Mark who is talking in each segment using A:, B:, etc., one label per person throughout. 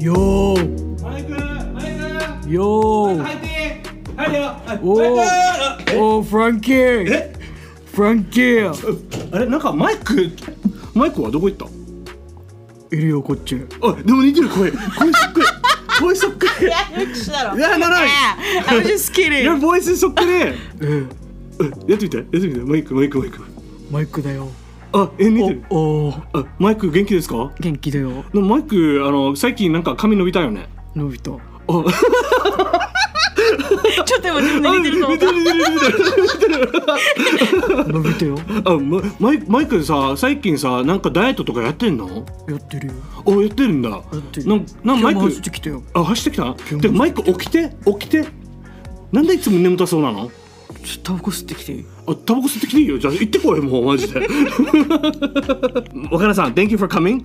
A: よ
B: マイクマイク
A: ーよー
B: 入って入るよはい
A: おー
B: マイク
A: おーフランキー
B: え
A: フランキー
B: あれなんかマイクマイクはどこ行った
A: いるよこっちに
B: あでも似てる声声そっくり声そっくり
C: Shut
B: Yeah, no, no.
C: Yeah, I'm just
B: Your
C: kidding.
B: voice is そっくりえ
A: えー、
B: やってみてやってみてマイクマイクマイク
A: マイクだよ
B: あえ似てる
A: おおー
B: あマイク元気ですか
A: 元気だよ
B: でもマイクあの最近なんか髪伸びたよね
A: 伸びたお
B: あ
C: ちょっと今自分で似てると思っ
B: 似てる似てる似てる
A: 伸びたよ
B: あまマイマイクさ最近さなんかダイエットとかやってんの
A: やってるよ
B: あやってるんだや
A: ってる
B: なんなん
A: 今日
B: マイ
A: も
B: ク
A: 走ってきたよ
B: あ走ってき
A: 日
B: た
A: も
B: でマイク起きて起きてなんでいつも眠たそうなの
A: ちょっとタバコ吸ってきていい
B: あタバコ吸ってきていいよじゃあ行ってこいもうマジで 若菜さん Thank you for coming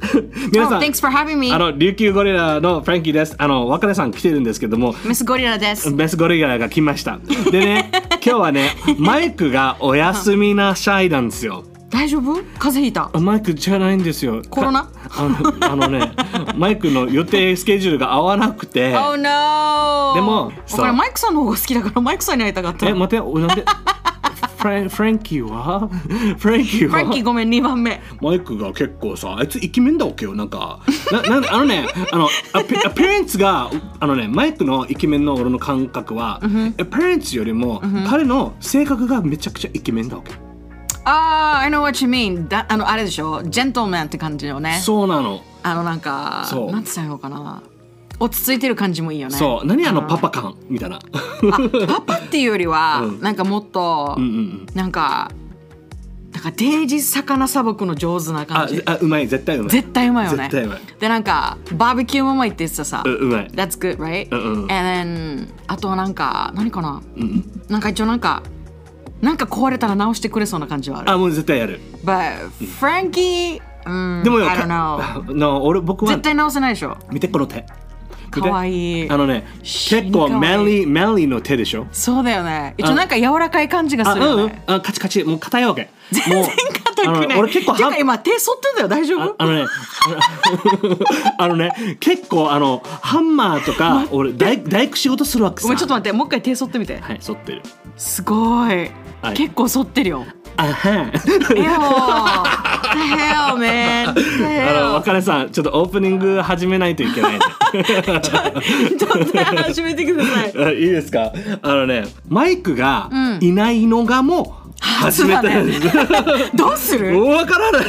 B: 皆さん
C: Oh, thanks for having me.
B: あの琉球ゴリラのフランキーですあの若菜さん来てるんですけども
C: Miss Gorilla です。
B: ベスゴリラが来ましたで ね今日はねマイクがおやすみなシャイなんですよ
C: 大丈夫風邪ひいた。
B: あマイクじゃないんですよ
C: コロナ
B: かあのあのねマイクの予定スケジュールが合わなくて
C: Oh no!
B: でも
C: これマイクさんの方が好きだからマイクさんに会いたかった。
B: え
C: フ
B: 待っておなんでフランフランキーはフランキーは
C: ランキーごめん、2番目。
B: マイクが結構さあいつイケメンだわけよなんかななんあのねあのアピアピレンスがあのねマイクのイケメンの俺の感覚は、アピレンスよりも、彼の性格がめちゃくちゃイケメンだわけ、
C: ああ、I know what you mean. だあの、あれでしょジェントルマンって感じのね。
B: そうなの、
C: あの、なんか、
B: そう
C: なんて言ったらいいのかな。落ち着いてる感じもいいよね。
B: そう何あのパパ感みたいな
C: パパっていうよりは、なんかもっと、
B: うんうん
C: なんか、なんかデージ魚さばくの上手な感
B: あ
C: じ。
B: あうまい絶対うまい
C: 絶対うまいよね。
B: 絶対うまい
C: で、なんか、バーベキューもうまいって言ってたさ。
B: ううまい
C: That's good, right?
B: うんうん
C: And then あとはなんか何かな、なんか一応なんかなんか壊れたら直してくれそうな感じはある。
B: あもう絶対やる
C: But Frankie、うん、
B: でもよ
C: I don't
B: か
C: know
B: の俺僕は
C: 絶対直せないでしょ。
B: 見てこの手見て
C: かわいい
B: あのね
C: 死
B: 結
C: に
B: 構
C: かわいい
B: メンリーメンリーの手でしょ
C: そうだよね。一応なんか柔らかい感じがする
B: あ、う
C: よ
B: んうん
C: ね。、
B: あカチカチ、もう硬いわけ。全然
C: 硬くない。
B: 俺結構
C: てか
B: は、
C: 今手反ってんだよ。大丈
B: あ
C: 夫？
B: あのね、あの あのね、結構あのハンマーとか、俺大大工仕事するわけ
C: ご
B: さ。
C: めんちょっと待って。もう一回手反ってみて。
B: はい、反ってる。
C: すごい
B: はい。
C: 結構反って るよ。
B: あはん。
C: えよ。The hell,
B: あ
C: man. The
B: の
C: hell.
B: 若菜さん、ちょっとオープニング始めないといけないね。
C: ちょっと始めてください。
B: あいいですか。あのね、マイクがいないのがもう初めてなんです。
C: どうする？
B: もうわからない。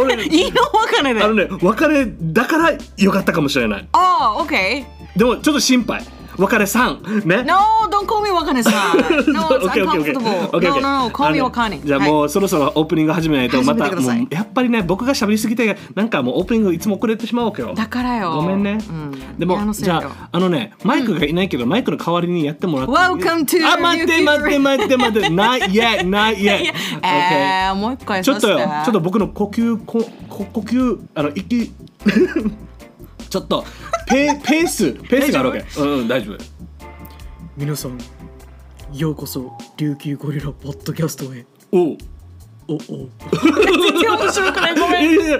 B: 俺。
C: いいのわかんないね
B: あのね、別れだから良かったかもしれない。
C: ああ、OK。
B: でもちょっと心配。別れさんね。
C: No, don't call me わかね さん。No, it's uncomfortable. No, no, no, call me わかね。
B: じゃあもうそろそろオープニング始めないと
C: 始
B: ま
C: めて
B: た
C: ください
B: もうやっぱりね僕が喋りすぎてなんかもうオープニングいつも遅れてしまうわけよ
C: うだからよ。
B: ごめんね、
C: うん
B: で
C: いやあの
B: も
C: せい
B: じ
C: だよ
B: ゃああのねマイクがいないけど、マイクの代わりにやってもらって
C: Welcome to
B: あ待って
C: New
B: 待って待って待って not yet not yet OK
C: えー、もう一回
B: ちょ
C: さ
B: っ
C: せ
B: と
C: て。
B: よちょっ と僕の呼吸ここ呼吸あの息 ちょっとペペースペースがあるわけうんうん大丈夫
A: 皆さんようこそ琉球ゴリラポッドキャストへ
B: おう
A: おお
C: 今日面白くないご
B: い
C: めん。
B: やいやいや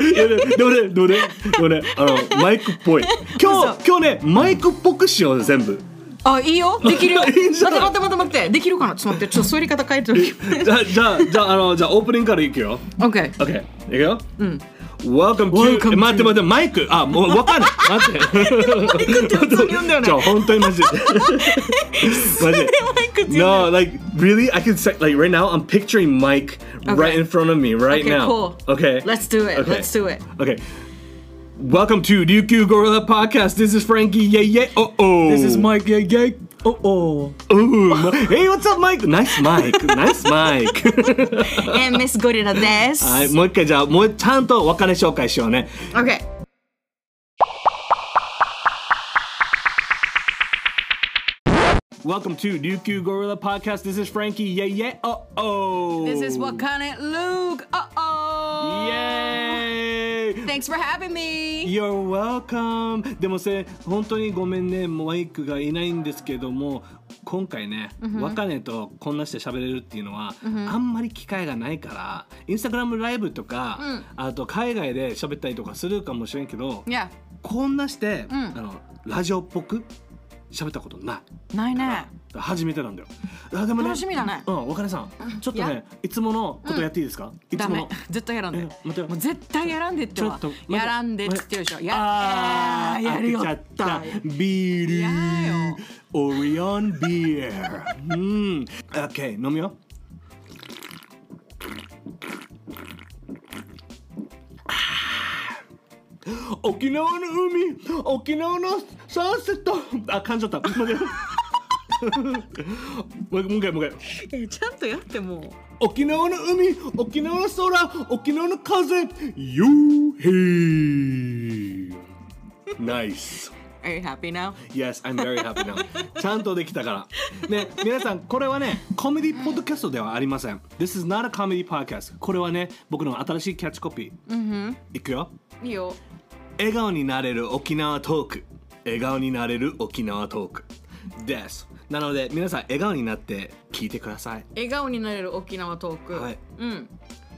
B: でもねでもねでもねあのマイクっぽい今日今日ねマイクっぽくしよう全部
C: あ、いいよ。で きるよ。
B: い
C: 待っ
B: い
C: て
B: んじゃない
C: 待って待って待って。できるかな。ちょっと待って。ちょっと座り方変え ておき。
B: じゃあじゃあじゃああのじゃあオープニングからいくよ
C: OK。
B: OK いくようん Welcome
A: Welcome
B: to,
A: to-
B: 待って待ってマイクあもうわかんない待って
C: マイクって普通に言うんだよ
B: じゃあ
C: ね。
B: 本当にマジで マジで
C: マイクって言うんだよ
B: No, like really, I can say like right now. I'm picturing Mike right in front of me right
C: Okay,
B: now.
C: cool.
B: Okay,
C: Let's do it.
B: Okay.
C: Let's do it.
B: Okay. Welcome to Ryukyu Gorilla Podcast. This is Frankie. Yeah, yeah. Oh, oh.
A: This is Mike yeah yeah おお
B: Ooh, Mi- hey, what's up, Mike? Nice Mike. nice Mike.
C: え、ミスゴリラです。
B: はい、もう一回じゃあ、もうちゃんと別れ紹介しようね。
C: OK。
B: Welcome to Ryukyu Gorilla Podcast. This is Frankie. Yeah, yeah. Oh, oh.
C: This is what kind of Luke. Uh oh.
B: Yay!
C: Thanks for having me.
B: You're welcome! でもせ、本当にごめんね、マイクがいないんですけども、今回ね、わかねとこんなして喋れるっていうのは、あんまり機会がないから、インスタグラムライブとか、あと海外で喋ったりとかするかもしれんけど、
C: Yeah.
B: ここんなして、
C: うん
B: あのラジオっぽく喋ったことない
C: ないね
B: 初めてなんだよあでもね
C: 楽しみだね
B: うん若根さんちょっと
C: い
B: ねいつものことやっていいですか、い
C: ダ
B: つもの
C: メ 絶対やらん
B: え
C: でも
B: 待って
C: う絶対やらんでっては
B: ちょっと
C: やらんでっつってるでしょや
B: あ
C: え
B: ー
C: ーやるよ
B: 開けちゃったビ
C: いやー
B: ー
C: よ
B: ルオリオンビールうん OK 飲むよあー沖縄の海沖縄のサンセットあ噛んじゃった待ってもう一回もう一回
C: えちゃんとやってもう
B: 沖縄の海沖縄の空沖縄の風夕平 Nice
C: Are you happy now?
B: Yes, I'm very happy now ちゃんとできたからね皆さんこれはねコメディポッドキャストではありません This is not a comedy podcast これはね僕の新しいキャッチコピーいくよ
C: いいよ
B: 笑顔になれる沖縄トーク笑顔になれる沖縄トークですなので皆さん笑顔になって聞いてください
C: 笑顔になれる沖縄トーク、
B: はい
C: うん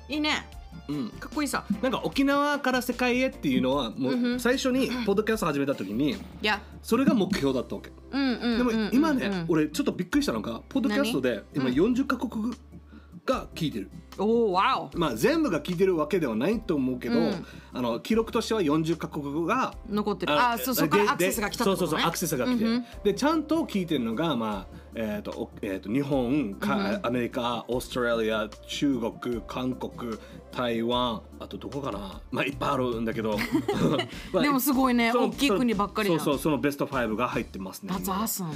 C: いいね
B: うん
C: かっこいいさ
B: なんか沖縄から世界へっていうのはもう最初にポッドキャスト始めた時に
C: いや
B: それが目標だったわけ
C: うんうん
B: でも
C: うんうん
B: 今ね、
C: うん
B: 俺ちょっとびっくりしたのがポッドキャストで今40カ国が聞いてる、
C: おおわお
B: まあ全部が聞いてるわけではないと思うけど、
C: うん
B: あの記録としては40カ国が
C: 残ってるああそうそこからアクセスが来たっ
B: そ
C: てこ
B: うそ
C: と、
B: う
C: ね、
B: そうアクセスが来て、
C: うんうん
B: でちゃんと聞いてるのがまあえっ、とおえーと日本か、アメリカオーストラリア中国韓国台湾あとどこかなまあいっぱいあるんだけどまあ
C: でもすごい ね
B: その
C: 大きい国ばっかりじゃん
B: そうそうそのベスト5が入ってますね
C: That's awesome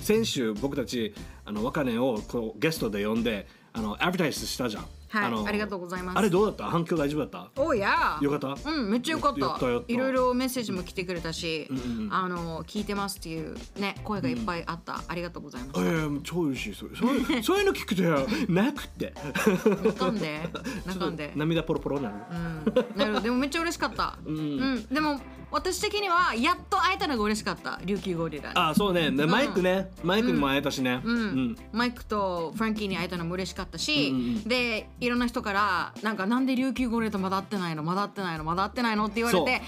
B: 先週僕たちあの若音をこうゲストで呼んであのアドバイスしたじゃん
C: はい
B: の
C: ありがとうございます
B: あれどうだった反響大丈夫だった
C: おーやー
B: よかった
C: うんめっちゃよかった
B: よったよった
C: いろいろメッセージも来てくれたし、あの聞いてますっていうね声がいっぱいあった、ありがとうございま
B: え
C: す
B: ー、超嬉しいそれそう いうそういうの聞くとよなくて
C: 泣かんで泣
B: ち
C: かん
B: ょっ
C: で
B: と涙ポロポロなる、
C: うんなるほどでもめっちゃ嬉しかった、うんでも私的にはやっと会えたのが嬉しかった琉球ゴリラに
B: あそうねねマイクね、マイクにも会えたしねうん、
C: マイクとフランキーに会えたのも嬉しかったし、でいろんな人からなんかなんで琉球ゴリラとまだ会ってないのまだ会ってないのまだ会ってないのって言われて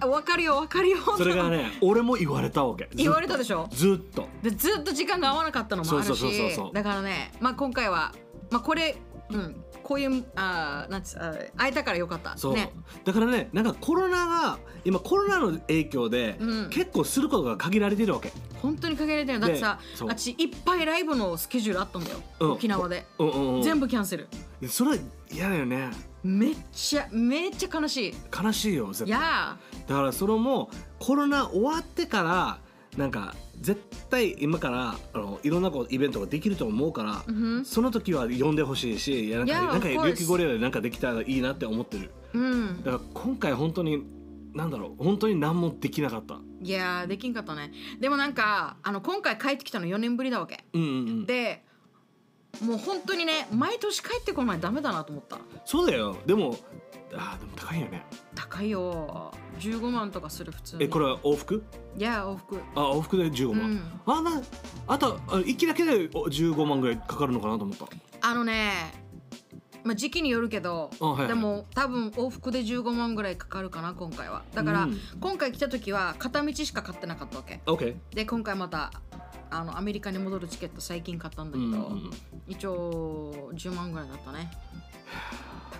C: 分かるよ分かるよ
B: それがね俺も言われたわけずっと
C: 言われたでしょ
B: ずっと
C: でずっと時間が合わなかったのもあ
B: そ
C: る
B: うそうそうそうそう
C: しだからね、まあ、今回は、まあ、これ、うん、こういうあーなんつあー会えたからよかった
B: そう、
C: ね
B: だからねなんかコロナが今コロナの影響で、
C: うん
B: 結構することが限られてるわけ
C: 本当に限られてるだってさ
B: でそう
C: あっちいっぱいライブのスケジュールあったんだよ、
B: うん
C: 沖縄で、
B: うんうんうん
C: 全部キャンセル
B: それ嫌だよね
C: めっちゃめっちゃ悲し
B: 悲しいよ絶
C: い
B: 対
C: や
B: だからそれもコロナ終わってからなんか絶対今からあのいろんなこうイベントができると思うから、
C: Mhm.
B: その時は呼んでほしいしいやなんか
C: Yeah,
B: なんか
C: of course.
B: 琉球ゴリラでなんかできたらいいなって思ってる
C: ーうん
B: だから今回本当になんだろう本当に何もできなかったうん
C: いやーできんかったねでもなんかあの今回帰ってきたの4年ぶりだわけ
B: うんうん
C: でもう本当にね毎年帰ってこないとダメだなと思った
B: そうだよでもあーでも高いよね
C: 高いよ15万とかする普通に
B: えこれは往復
C: いや往復
B: あ往復で15万、あなあとあ行きだけでお15万ぐらいかかるのかなと思った
C: あのねまあ時期によるけど、
B: あはいはい
C: でも多分往復で15万ぐらいかかるかな今回はだから、
B: うん
C: 今回来た時は片道しか買ってなかったわけ
B: OK
C: で今回またあのアメリカに戻るチケット最近買ったんだけど、
B: うんうんうん
C: 一応10万ぐらいだったね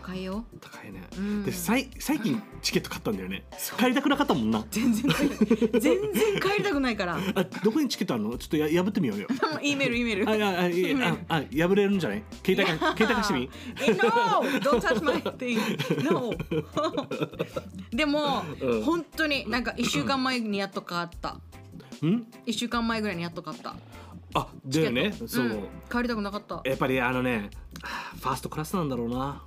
C: 高いよ
B: 高いね、
C: ん
B: でさい最近チケット買ったんだよね帰りたくなかったもんな
C: 全然帰り 全然帰りたくないからも
B: あどこにチケットあるのちょっとや破ってみよう よ
C: う E メール E メール
B: あああいいああ破れるんじゃない携帯か携帯貸してみ
C: No! Don't touch my thing! No! でも、
B: うん
C: 本当になんか1週間前にやっと買った
B: うん
C: 1週間前ぐらいにやっと買った
B: あだよね
C: チケット
B: そう、
C: ん帰りたくなかった
B: やっぱりあのねはあファーストクラスなんだろうな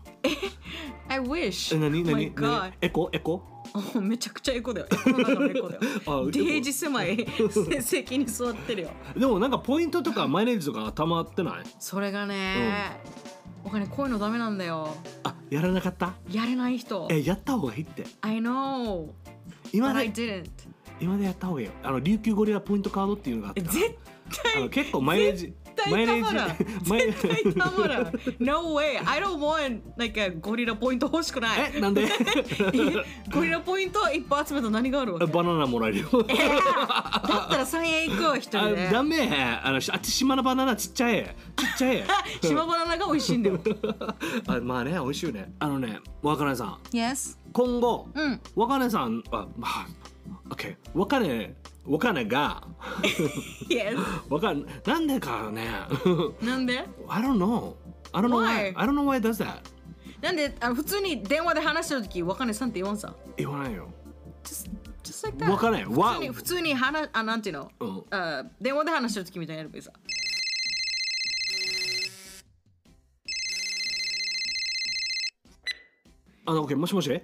C: I
B: え
C: wish!
B: 何
C: My
B: 何
C: God
B: 何エコエコ
C: お めちゃくちゃエコだよエコの中のエコだよ
B: あ
C: デージ狭い席に座ってるよ
B: でもなんかポイントとかマイレージとかたまってない
C: それがね、お金こういうのダメなんだよ
B: あやらなかった
C: やれない人
B: えやった方がいいって
C: I know
B: 今
C: but I
B: で
C: didn't
B: 今でやった方がいいよあの琉球ゴリラポイントカードっていうのがあって
C: え絶
B: あの結構マイレージ
C: 絶
B: マイ
C: 対
B: レ
C: たまらん
B: ージ マイ
C: 絶対たまらん No way I don't want like a ゴリラポイント欲しくない
B: え なんで
C: えゴリラポイント一歩集めたら何があるわけ
B: バナナもらえるよ
C: えーだったら三円行こう一
B: あ
C: 人で
B: ダメあのあっち島のバナナちっちゃいちっちゃい
C: 島バナナが美味しいんだよ
B: あまあね美味しいよねあのね若菜さん
C: Yes
B: 今後、
C: うん
B: 若菜さんあまあ OK 若菜若菜が
C: Yes
B: 若菜なんでかね
C: なんで
B: I don't know I don't know why I
C: Why?
B: don't know why it does that
C: なんであの普通に電話で話してる時若根さんって言わんさ
B: 言わないよ
C: Just, just like that
B: 若菜
C: 普
B: わ
C: 通に普通に話あなんていうの、
B: うん
C: あ電話で話してる時みたいにやればいいさ
B: あの OK もしもし
D: Yo,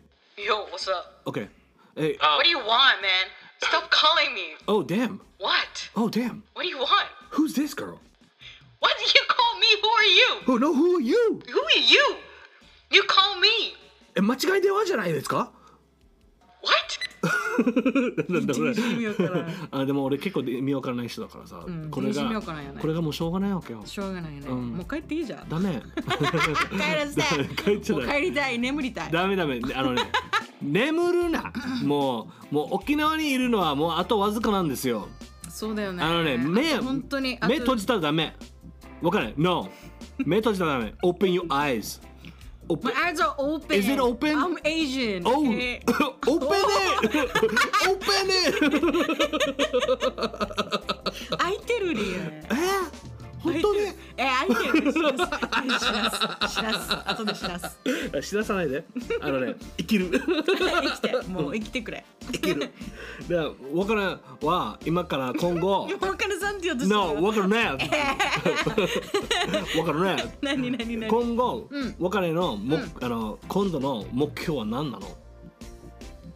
D: what's up?
B: OK え
D: what do you want, man? Stop calling me.
B: Oh damn
D: What?
B: Oh damn
D: What do you want?
B: Who's this girl
D: What do you call me? Who are you?
B: Oh no who are you
D: Who are you? You call me.
B: え間違い電話じゃないですか
D: What?
B: なんだこれ
C: 意味わからない
B: あでも俺結構で意味わからない人だからさ、
C: ん
B: これが
C: 全然意味わからんよね
B: これがもうしょうがないわけよ
C: しょうがないよね、
B: ん
C: もう帰っていいじゃん
B: ダ メ
C: 帰らせて
B: 帰っちゃ
C: もう
B: ダメ
C: 帰りたい眠りたい
B: ダメダメあ のね眠るなもうもう沖縄にいるのはもうあとわずかなんですよ
C: そうだよね
B: あのね目
C: と本当にあと
B: 目閉じたらダメわかんない No 目閉じたらダメ Open your eyes
C: My
B: Open
C: eyes are open
B: Is it open?
C: I'm Asian
B: Oh, open
C: okay?
B: it! open it!
C: 開いてるりえ
B: えー本当に
C: え開いてる知らす知らす知らす後で知らす
B: 知らさないで。あ のね、生きる。
C: 生きてもう生きてくれ
B: 生き る。で、わからは今から今 後。
C: お金さんって言おうとした
B: No、わからねえ。わからね
C: 何何
B: え。
C: 何
B: 今後、
C: うん
B: わかれのも、
C: うん
B: あの今度の目標は何なの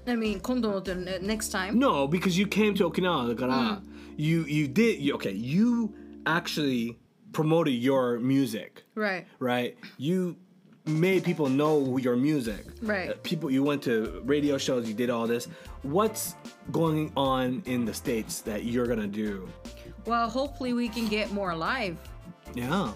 C: I mean 今度のってね next time
B: No, because you came to Okinawa だから、
C: う
B: you you did you, okay you actually promoted your music
C: right
B: right you made people know your music
C: Right.
B: Uh, people you went to radio shows you did all this what's going on in the states that you're gonna do
C: well hopefully we can get more alive
B: yeah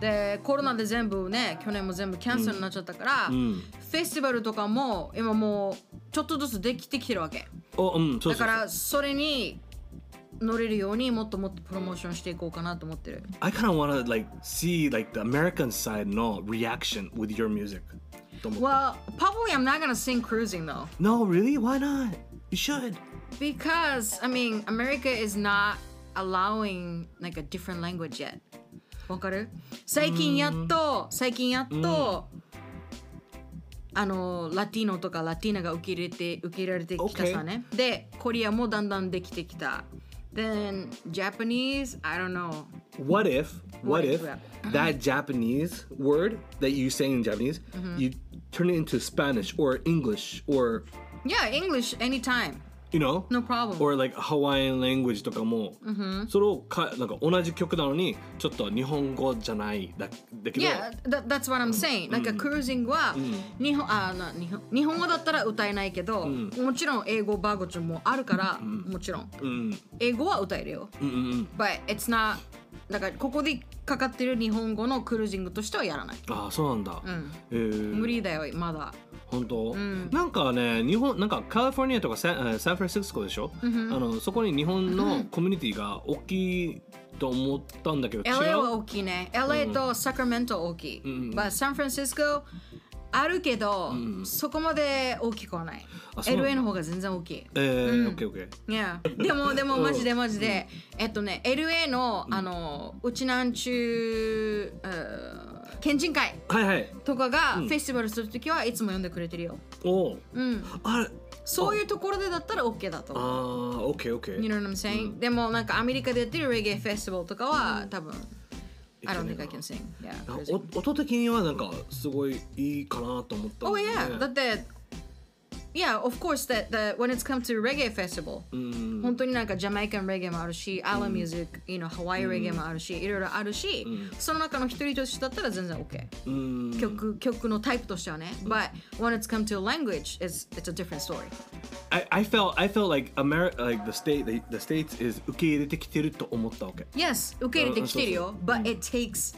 C: でコロナで全部ね去年も全部キャンセルになっちゃったから、フェスティバルとかも今もうちょっとずつできてきてるわけ
B: おうんそう
C: だ
B: そ
C: か
B: うそう
C: らそれに乗れるようにもっともっとプロモーションしていこうかなと思ってる
B: I kind of want to like see like the American side no reaction with your music と思った
C: Well probably I'm not gonna sing cruising though
B: no really why not you should
C: because I mean America is not allowing like a different language yet わかる最近やっと最近やっと、あのラティノとかラティナが受け入れて受け入れられてきたさね、でコリアもだんだんできてきた Then Japanese I don't know
B: What if, what,
C: What
B: if,
C: if, yeah.
B: that Japanese word that you say in Japanese, you turn it into Spanish or English or,
C: Yeah English anytime
B: you know,
C: No problem.
B: or like Hawaiian language とかも、それをかなんか同じ曲なのにちょっと日本語じゃないだだけど、
C: Yeah, that, that's what I'm saying. なんかクルージングは日本,、あな日本日本語だったら歌えないけど、もちろん英語バーゴチョンもあるから、もちろん、英語は歌えるよ。But it's not だからここでかかってる日本語のクルージングとしてはやらない。
B: ああそうなんだ。えー
C: 無理だよまだ。
B: 本当、なんかね日本なんかカリフォルニアとかサンえーサンフランシスコでしょ、あのそこに日本のコミュニティが大きいと思ったんだけど違
C: LA は
B: う
C: 大きいね。LA とサクラメントは大きい。But サンフランシスコあるけど、そこまで大きくはない。
B: あそうなんだ
C: LA の方が全然大きい。
B: えー、オッケーオッケー
C: Yeah. でもでもマジでマジで、えっとね LA のあのうちなんちゅううん県人会
B: はいはい
C: とかがフェスティバルするときはいつも呼んでくれてるよ、
B: おう
C: うん、
B: あれ
C: そういうところでだったら OK だと
B: あ
C: 思う
B: ーオッケーオッケ
C: You
B: ー
C: know what I'm saying?、でもなんかアメリカでやってるレゲエフェスティバルとかは、多分 I don't think I can sing yeah,
B: あ
C: crazy.
B: お音的にはなんかすごいいいかなと思ったん
C: Oh
B: だよね
C: yeah だって yeah, of course that the when it's come to reggae festival、本当になんかジャマイカンレゲエもあるし、アラミュージック、you know、ハワイレゲエもあるし、いろいろあるし、その中の一人としてだったら全然 OK。
B: うん
C: 曲曲のタイプとしてはね。But when it's come to language, it's it's a different story.
B: I, I felt I felt like Ameri- like the state the, the states is 受け入れてきてると思ったわけ。
C: Yes, 受け入れてきてるよ。But it takes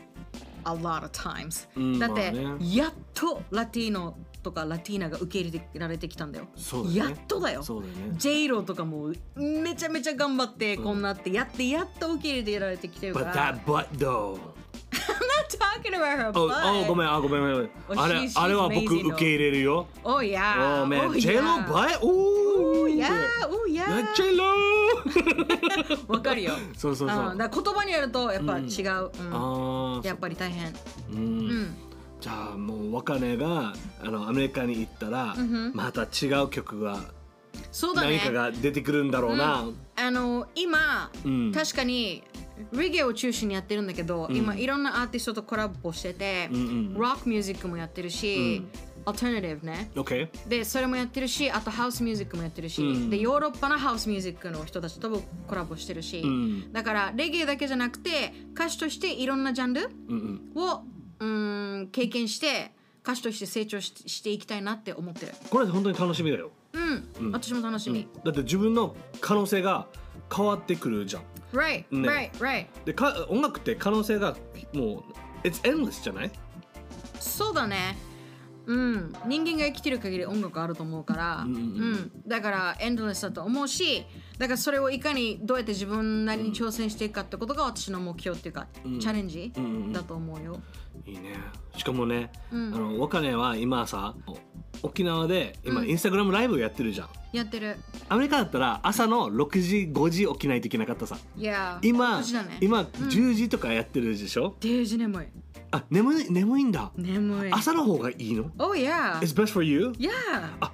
C: a lot of times. だっ
B: まあ
C: て、
B: ね
C: やっとラティーノとかラティーナが受け入れられてきたんだよ。
B: そうだよね
C: やっとだよ。
B: そうだよね
C: J ロとかもめちゃめちゃ頑張ってこんなってやってやっと受け入れられてきてるから
B: But。that butt though.
C: I'm not talking about her
B: お
C: butt.
B: おごめんあごめんごめん。
C: Oh,
B: あれ
C: she's- she's
B: あれは僕
C: amazing, though.
B: 受け入れるよ。
C: Oh yeah.
B: Oh man,
C: Oh,
B: J Lo
C: yeah.
B: butt. おお。
C: Yeah. Oh yeah.
B: J Lo.
C: わかるよ。
B: そうそうそう。
C: うんだから言葉にやるとやっぱ違う。うん
B: ああ。
C: やっぱり大変。
B: うんじゃあもう若菜があのアメリカに行ったら、また違う曲が
C: そうだ
B: 何
C: ね。
B: かが出てくるんだろうな。
C: あの今、
B: うん
C: 確かにレゲエを中心にやってるんだけど、今いろんなアーティストとコラボしてて、
B: んうん
C: ロックミュージックもやってるし、アルタナティブね。
B: OK。
C: でそれもやってるしあとハウスミュージックもやってるし、
B: うん
C: でヨーロッパのハウスミュージックの人たちともコラボしてるし、
B: ん
C: だからレゲエだけじゃなくて歌手としていろんなジャンル
B: うんうん。
C: をうーん経験して歌手として成長ししていきたいなって思ってる
B: これ本当に楽しみだよ。
C: うん、私も楽しみ、
B: だって自分の可能性が変わってくるじゃん。
C: Right
B: ね
C: right right
B: でか音楽って可能性がもう It's endless じゃない
C: そうだねうん人間が生きてる限り音楽あると思うから、うんだからエンドレスだと思うしだからそれをいかにどうやって自分なりに挑戦していくかってことが私の目標っていうか、チャレンジ
B: うんうん
C: だと思うよ、
B: いいねしかもね、あの若音は今さ沖縄で今インスタグラムライブやってるじゃん、
C: やってる
B: アメリカだったら朝の6時5時起きないといけなかったさ
C: いや
B: 今、
C: 私だね
B: 今10時とかやってるでしょ、
C: デージ眠い
B: あ眠い眠いんだ
C: 眠い
B: 朝の方がいいの
C: Oh yeah
B: It's best for you?
C: Yeah
B: あ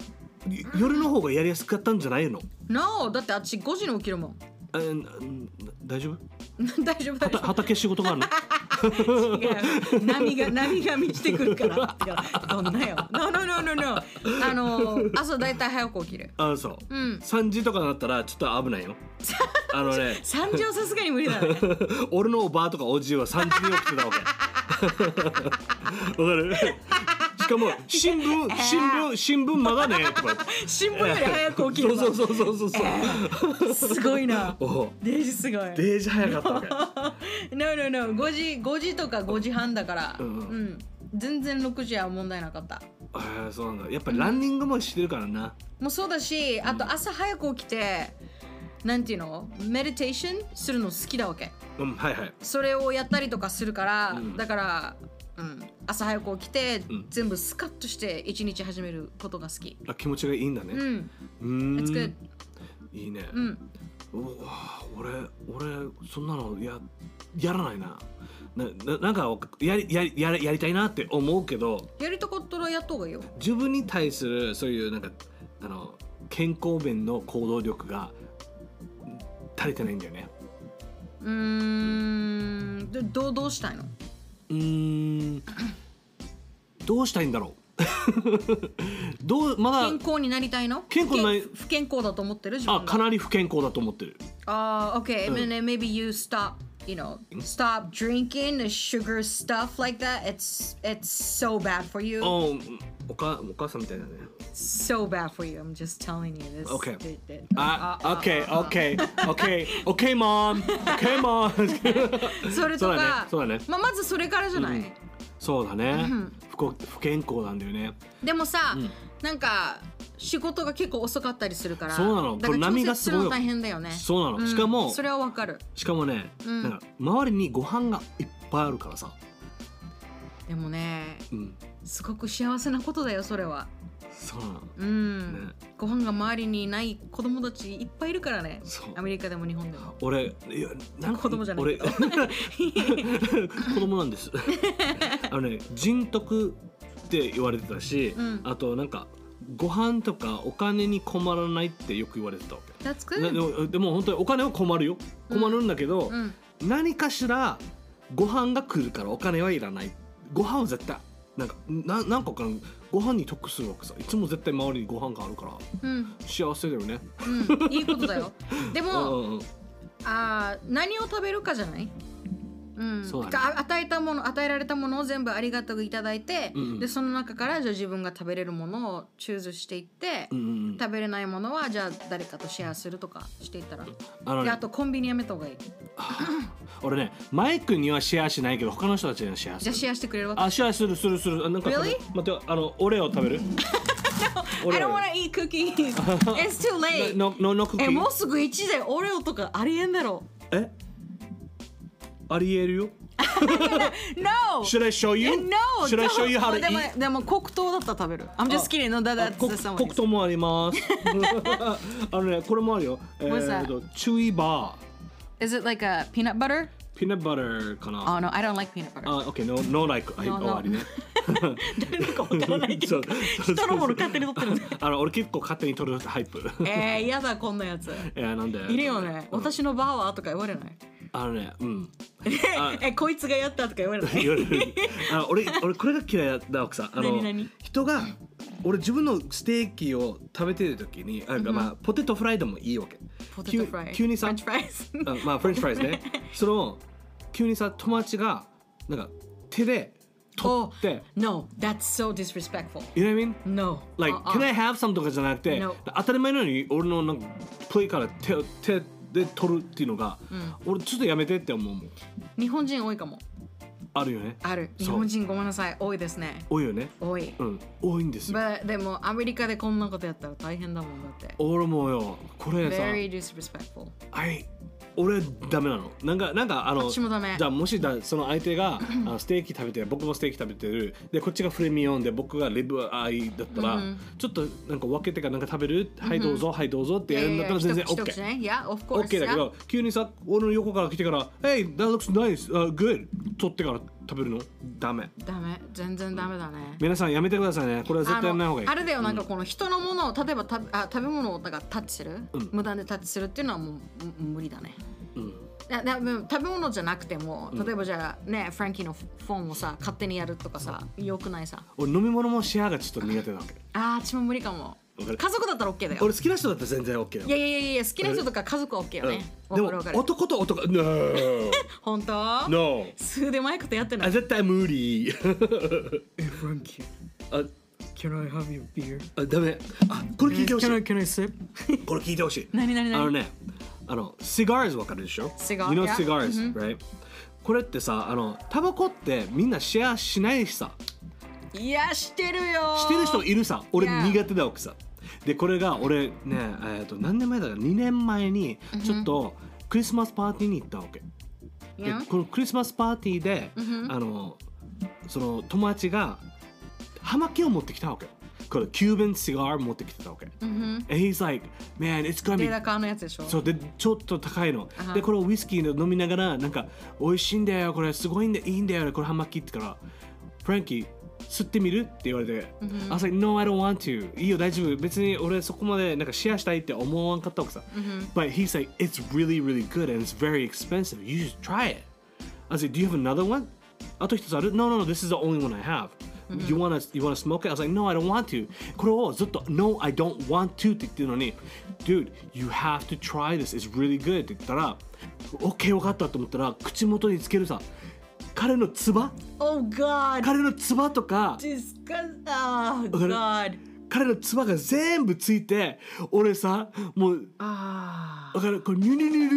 B: い夜の方がやりやすかったんじゃないの
C: No だって私5時に起きるもん
B: あうんうん大丈夫
C: 大丈夫大
B: は
C: 丈
B: た畑仕事があ るの
C: 夫違う波が波が満ちてくるから違うどんなよ No no no no no あの朝だいたい早く起きる
B: あそう、
C: うん
B: 3時とかになったらちょっと危ないよあのね
C: 3時はさすがに無理だね
B: 俺のおばあとかおじいは3時に起きてたわ けわかるしかも新聞新聞新聞まだねとか
C: 新聞より早く起き
B: そ
C: る
B: う
C: わ
B: そうそうそうそうそう
C: すごいな
B: おう
C: デージすごい
B: デージ早かったわけ
C: No no no 5時5時とか5時半だからうん
B: うん
C: ん全然6時は問題なかった
B: ああそうなんだやっぱりランニングもしてるからな、
C: もうそうだしあと朝早く起きて、なんていうのメディテーションするの好きだわけ
B: うん、はいはい
C: それをやったりとかするから、
B: ん
C: だから、うん、朝早く起きて、
B: ん
C: 全部スカッとして一日始めることが好き
B: あ気持ちがいいんだ
C: う
B: ね
C: ん
B: うーん
C: It's good
B: いいね、
C: うん
B: うわ俺俺そんなのややらないななななんかやりやりやりやりたいなって思うけど
C: やりたかったらやった方がいいよ
B: 自分に対するそういうなんかあの健康面の行動力が足りてないんだよね
C: うーんでどうどうしたいの
B: うーんどうしたいんだろう どうまだ
C: 健康になりたいの
B: 健康になり
C: 不健不健康だと思ってる自
B: あ
C: 分が
B: かなり不健康だと思ってる
C: ああ、okay. And then maybe you stop, you know, stop drinking the sugar stuff like that. It's it's so bad for you.
B: おおかお母さんみたいだね
C: So bad for you. I'm just telling you this.
B: Okay.
C: It- it-
B: あ
C: あ
B: OK
C: あ
B: OK OK OK マン OK マン
C: それとか、
B: そうだねそうだね
C: まあまずそれからじゃない。
B: そうだね不幸不健康なんだよね
C: でもさ、なんか仕事が結構遅かったりするから、
B: そうなの
C: だ
B: こ
C: か
B: れ
C: ら
B: 波が
C: 調
B: す
C: 節す
B: ごい
C: る
B: よ
C: の大変だよね。
B: そうなの
C: ん
B: しかも
C: それはわかる。
B: しかもね、なんか周りにご飯がいっぱいあるからさ、
C: でもね、
B: ん
C: すごく幸せなことだよそれは。
B: そうなの、
C: うん、
B: ね
C: ご飯が周りにない子供たちいっぱいいるからね
B: そう
C: アメリカでも日本でも
B: 俺いやなんか
C: 子供じゃない
B: 俺 子供なんです あのね人徳って言われてたし、
C: ん
B: あとなんかご飯とかお金に困らないってよく言われてたわけ
C: That's
B: な
C: good
B: でもでも本当にお金は困るよ困るんだけど、
C: ん
B: 何かしらご飯が来るからお金はいらないご飯は絶対なんかな何個かご飯に得するわけさいつも絶対周りにご飯があるから
C: うん
B: 幸せだよね
C: うんいいことだよ で
B: う
C: も、
B: んうんうん
C: あー何を食べるかじゃないうん、
B: そうだね
C: か与えたもの与えられたものを全部ありがとういただいて、
B: うんうん
C: でその中からじゃあ自分が食べれるものをチューズしていって、
B: うんうんうん
C: 食べれないものはじゃあ誰かとシェアするとかしていったら、
B: あの
C: で
B: ね
C: あとコンビニやめた方がいい
B: 俺ねマイクにはシェアしないけど他の人たちにはシェアす
C: じゃ
B: る
C: あシェアしてくれるわけ
B: あシェアするするするあなんか
C: Really？
B: 待ってあのオレオ食べ るオ
C: I
B: レ
C: don't
B: オ
C: wanna eat cookies It's too late
B: のののクッキ
C: え
B: ー
C: もうすぐ1でオレオとかありえんだろ
B: えありえるよ
C: No!
B: Should I show you?
C: No!
B: Should I show you how to
C: でも
B: eat?
C: でも黒糖だったら食べる I'm just kidding No that,
B: あ
C: that's
B: コ
C: someone
B: コクトもあります あのねこれもあるよえ
C: What's that？
B: ーとチュイバー
C: Is it like a peanut butter?
B: ピーナッバターかな
C: Oh no, I don't like peanut butter.
B: あ、OK、ノー、ノーライク。はい、
C: No, no.
B: 終わりね。
C: 誰のか わから ないけ
B: そ
C: ど
B: うそう
C: 人のもの勝手に取ってる。
B: あの、俺結構勝手に取るタイプ。
C: えー、やだこんなやつ。
B: えー、なんで。
C: いるよね。私のバーはとか言われない。
B: あのね、うん。
C: え、こいつがやったとか言われない。
B: 夜 あ俺俺これが嫌いだ奥さんあの
C: 何何
B: 人が俺自分のステーキを食べてる時にあ、まあ、ポテトフライでもいいわけ
C: ポテトフライ。
B: 急急にさ
C: フレンチフライズ。
B: あまあフレンチフライですねその急にさ友達がなんか手で取って
C: No, that's so disrespectful.
B: You know what I mean?
C: No.
B: Like, can I have some とかじゃなくて、
C: No.
B: 当たり前のように俺のなんかプレイから手を手で取るっていうのが、俺ちょっとやめてって思うもん
C: 日本人多いかも。
B: あるよね
C: ある。
B: そう
C: 日本人ごめんなさい。多いですね。
B: 多いよね
C: 多い。
B: うん多いんですよ
C: But でもアメリカでこんなことやったら大変だもんだって。
B: 俺もよこれさ
C: Very disrespectful.
B: あい俺ダメなのなんかなんかあの
C: 私もダメ
B: じゃあもしだその相手 があのステーキ食べてる僕もステーキ食べてるでこっちがフレミオンで僕がレブアイだったら、ちょっとなんか分けてからなんか食べる、はいどうぞはいどうぞってやるんだったら全然
C: いやいや一口
B: OK
C: 一口ね。Yeah, of course.
B: OK だけど急にさ俺の横から来てから「Hey that looks nice、uh, good」取ってから食べるのダメ
C: yeah ダメ。全然ダメだね。
B: 皆さんやめてくださいねこれは絶対やらない方がいい
C: あのあれだよなんかこの人のものを例えばたあ食べ物をだからタッチする、無断でタッチするっていうのはもうむ無理だね、いやだでも食べ物じゃなくても例えばじゃあね、フランキーのフォンをさ勝手にやるとかさよくないさ
B: 俺飲み物もシェアがちょっと苦手なわけ
C: あーちも無理かも
B: わかる
C: 家族だったら OK だよ
B: 俺好きな人だったら全然 OK だ
C: いやいやいやいや好きな人とか家族は OK よね、
B: うん
C: わ
B: で
C: か
B: も
C: るわかる
B: 男と男 No
C: 本当
B: No
C: 数でマイクとやってな
B: あ
C: い
B: 絶対無理
A: え、フランキー、
B: あ
A: can I have your beer?
B: あダメあこれ聞いてほし
A: Can I,
B: い
A: can I sip?
B: これ聞いてほしい
C: 何何何
B: あのねあの cigars わかるでしょ
C: Cigar
B: You know
C: yeah
B: cigars right これってさあのタバコってみんなシェアしないしさ
C: いやしてるよ
B: してる人いるさ俺
C: Yeah
B: 苦手だわけさでこれが俺ねえーと何年前だから2年前にちょっとクリスマスパーティーに行ったわけで
C: Yeah
B: このクリスマスパーティーで、あのその友達が葉巻を持ってきたわけこれキューバンシガー持ってきてたわけ、And he's like man it's gonna
C: デ
B: be
C: ータカーのやつでしょ
B: そうでちょっと高いの、
C: は
B: でこれをウイスキーで飲みながらなんか美味しいんだよこれすごいんだいいんだよこれ葉巻って言ったからフランキー吸ってみるって言われて、I was like no I don't want to いいよ大丈夫別に俺そこまでなんかシェアしたいって思わんかったわけさ、but he's like it's really really good and it's very expensive you should try it I was like do you have another one あと一つある no no no this is the only one I have You wanna, you wanna smoke it? I was like, no, I don't want to. これをずっと、no, I don't want to って言ってるのに、dude, you have to try this. It's really good って言ったら、OK, 分かったと思ったら、口元につけるさ、彼のつば
C: Oh god
B: 彼のつばとか、
C: disgust oh
B: かる
C: god
B: 彼のつばが全部ついて、俺さ、もう、
C: あ
B: だからこれニュニュニュニュニュ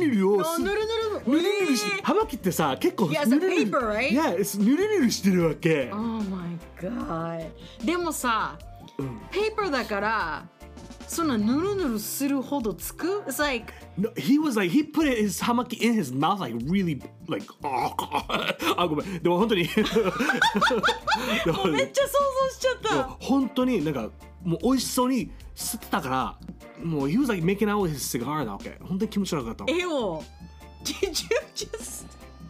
B: ニュニュを
C: あ
B: す
C: ぬるぬる
B: ニュニュニュし
C: えー
B: 葉巻ってさ結構
C: Yeah,
B: ニ
C: it's a
B: ュニュニュ
C: paper, right?
B: Yeah, it's ニュニュニュしてるわけ
C: Oh my god でもさ、ペーパーだからそんなぬるぬるするほどつく It's like
B: No, he was like he put his 葉巻 in his mouth like really like あごめんでも本当に でも
C: めっちゃ想像しちゃった
B: 本当になんかもう美味しそうに吸ってたからもう he was like making out with his cigar なわけ本当に気持ち悪かった
C: 絵を Did you just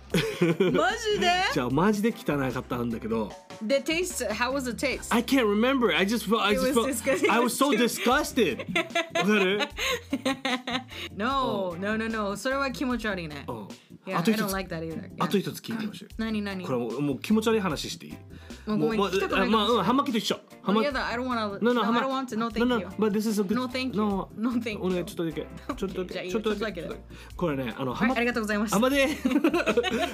C: マジで
B: じゃあマジで汚かったんだけど
C: The taste, how was the taste?
B: I can't remember I just felt I
C: It
B: just
C: was
B: felt
C: disgusting.
B: I was so disgusted わかる
C: No, no, no, no それは気持ち悪いね
B: うん
C: Yeah, I
B: あと一つ
C: don't like that either.
B: あと
C: Yeah.
B: 一つ聞いてほしい
C: 何何
B: これもうもう気持ち悪い話していい
C: もうごめん
B: もう
C: 聞きたくないかもしれない
B: まあうんハマキと一緒ハ
C: Oh,
B: マ
C: yeah, that I don't want to.
B: No, no,
C: No, no, I
B: Hama-
C: don't want to. No, thank
B: no, no,
C: you.
B: But this is a good.
C: No, thank you.
B: No,
C: No, thank
B: お願い
C: you.
B: ちょっとだけ。 ちょっとだ
C: じゃあい
B: け。
C: い
B: ちょ
C: よ
B: っとだ
C: ち
B: け
C: ょっとだ。
B: これね、あの、は
C: はい、ありがとうございます。
B: あまで。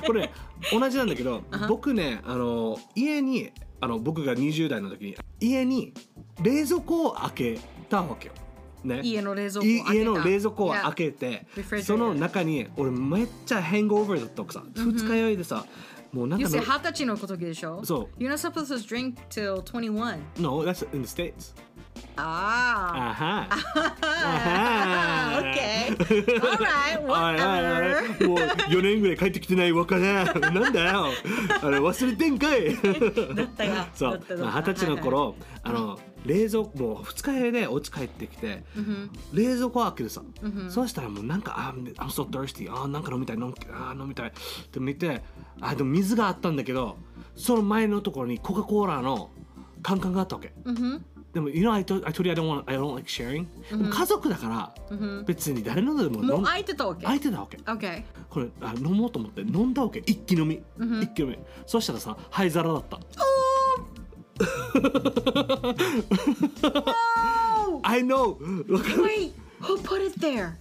B: これね、同じなんだけど、僕ね、あの、家に、あの、僕が20代の時に、家に冷蔵庫を開けたわけよ。ね。
C: 家の冷蔵庫を
B: い
C: 開けた
B: 家の冷蔵庫を開け
C: Yeah.
B: て、その中に、俺めっちゃヘングオーバーだったわけさ。二日酔いでさ、もうなん
C: You
B: か
C: say
B: の。
C: 二十歳の時でしょ
B: そう
C: You're not supposed to drink till 21.
B: No, that's in the States.
C: あ
B: あは。
C: あ。あ
B: あは
C: Ah. okay. Alright,
B: はいはいはい
C: whatever.
B: もう4年 ぐらい帰ってきてない若菜なんだよあれ忘れてんかい
C: だったよ。
B: そ
C: だ
B: う
C: っただった
B: まあ二十、歳の頃、あの冷蔵庫もう2日酔いでお家帰ってきて、
C: Mm-hmm.
B: 冷蔵庫開けるさ、そうしたらもうなんか「あ I'm so thirsty」あ「なんか飲みたい飲みたい」あー「飲みたい」って見てあでも水があったんだけどその前のところにコカ・コーラのカンカンがあったわけ。
C: Mm-hmm.
B: でも、you know, I told, I told you I don't, want, I don't like sharing、でも家族だから、別に誰のでも飲
C: も
B: ん
C: う開いてたわけ
B: 開いてたわけ。
C: Mm-hmm. Okay.
B: これあ飲もうと思って飲んだわけ一気飲み、一気飲みそしたらさ灰皿だったお I know わかる
C: Wait, who put it there?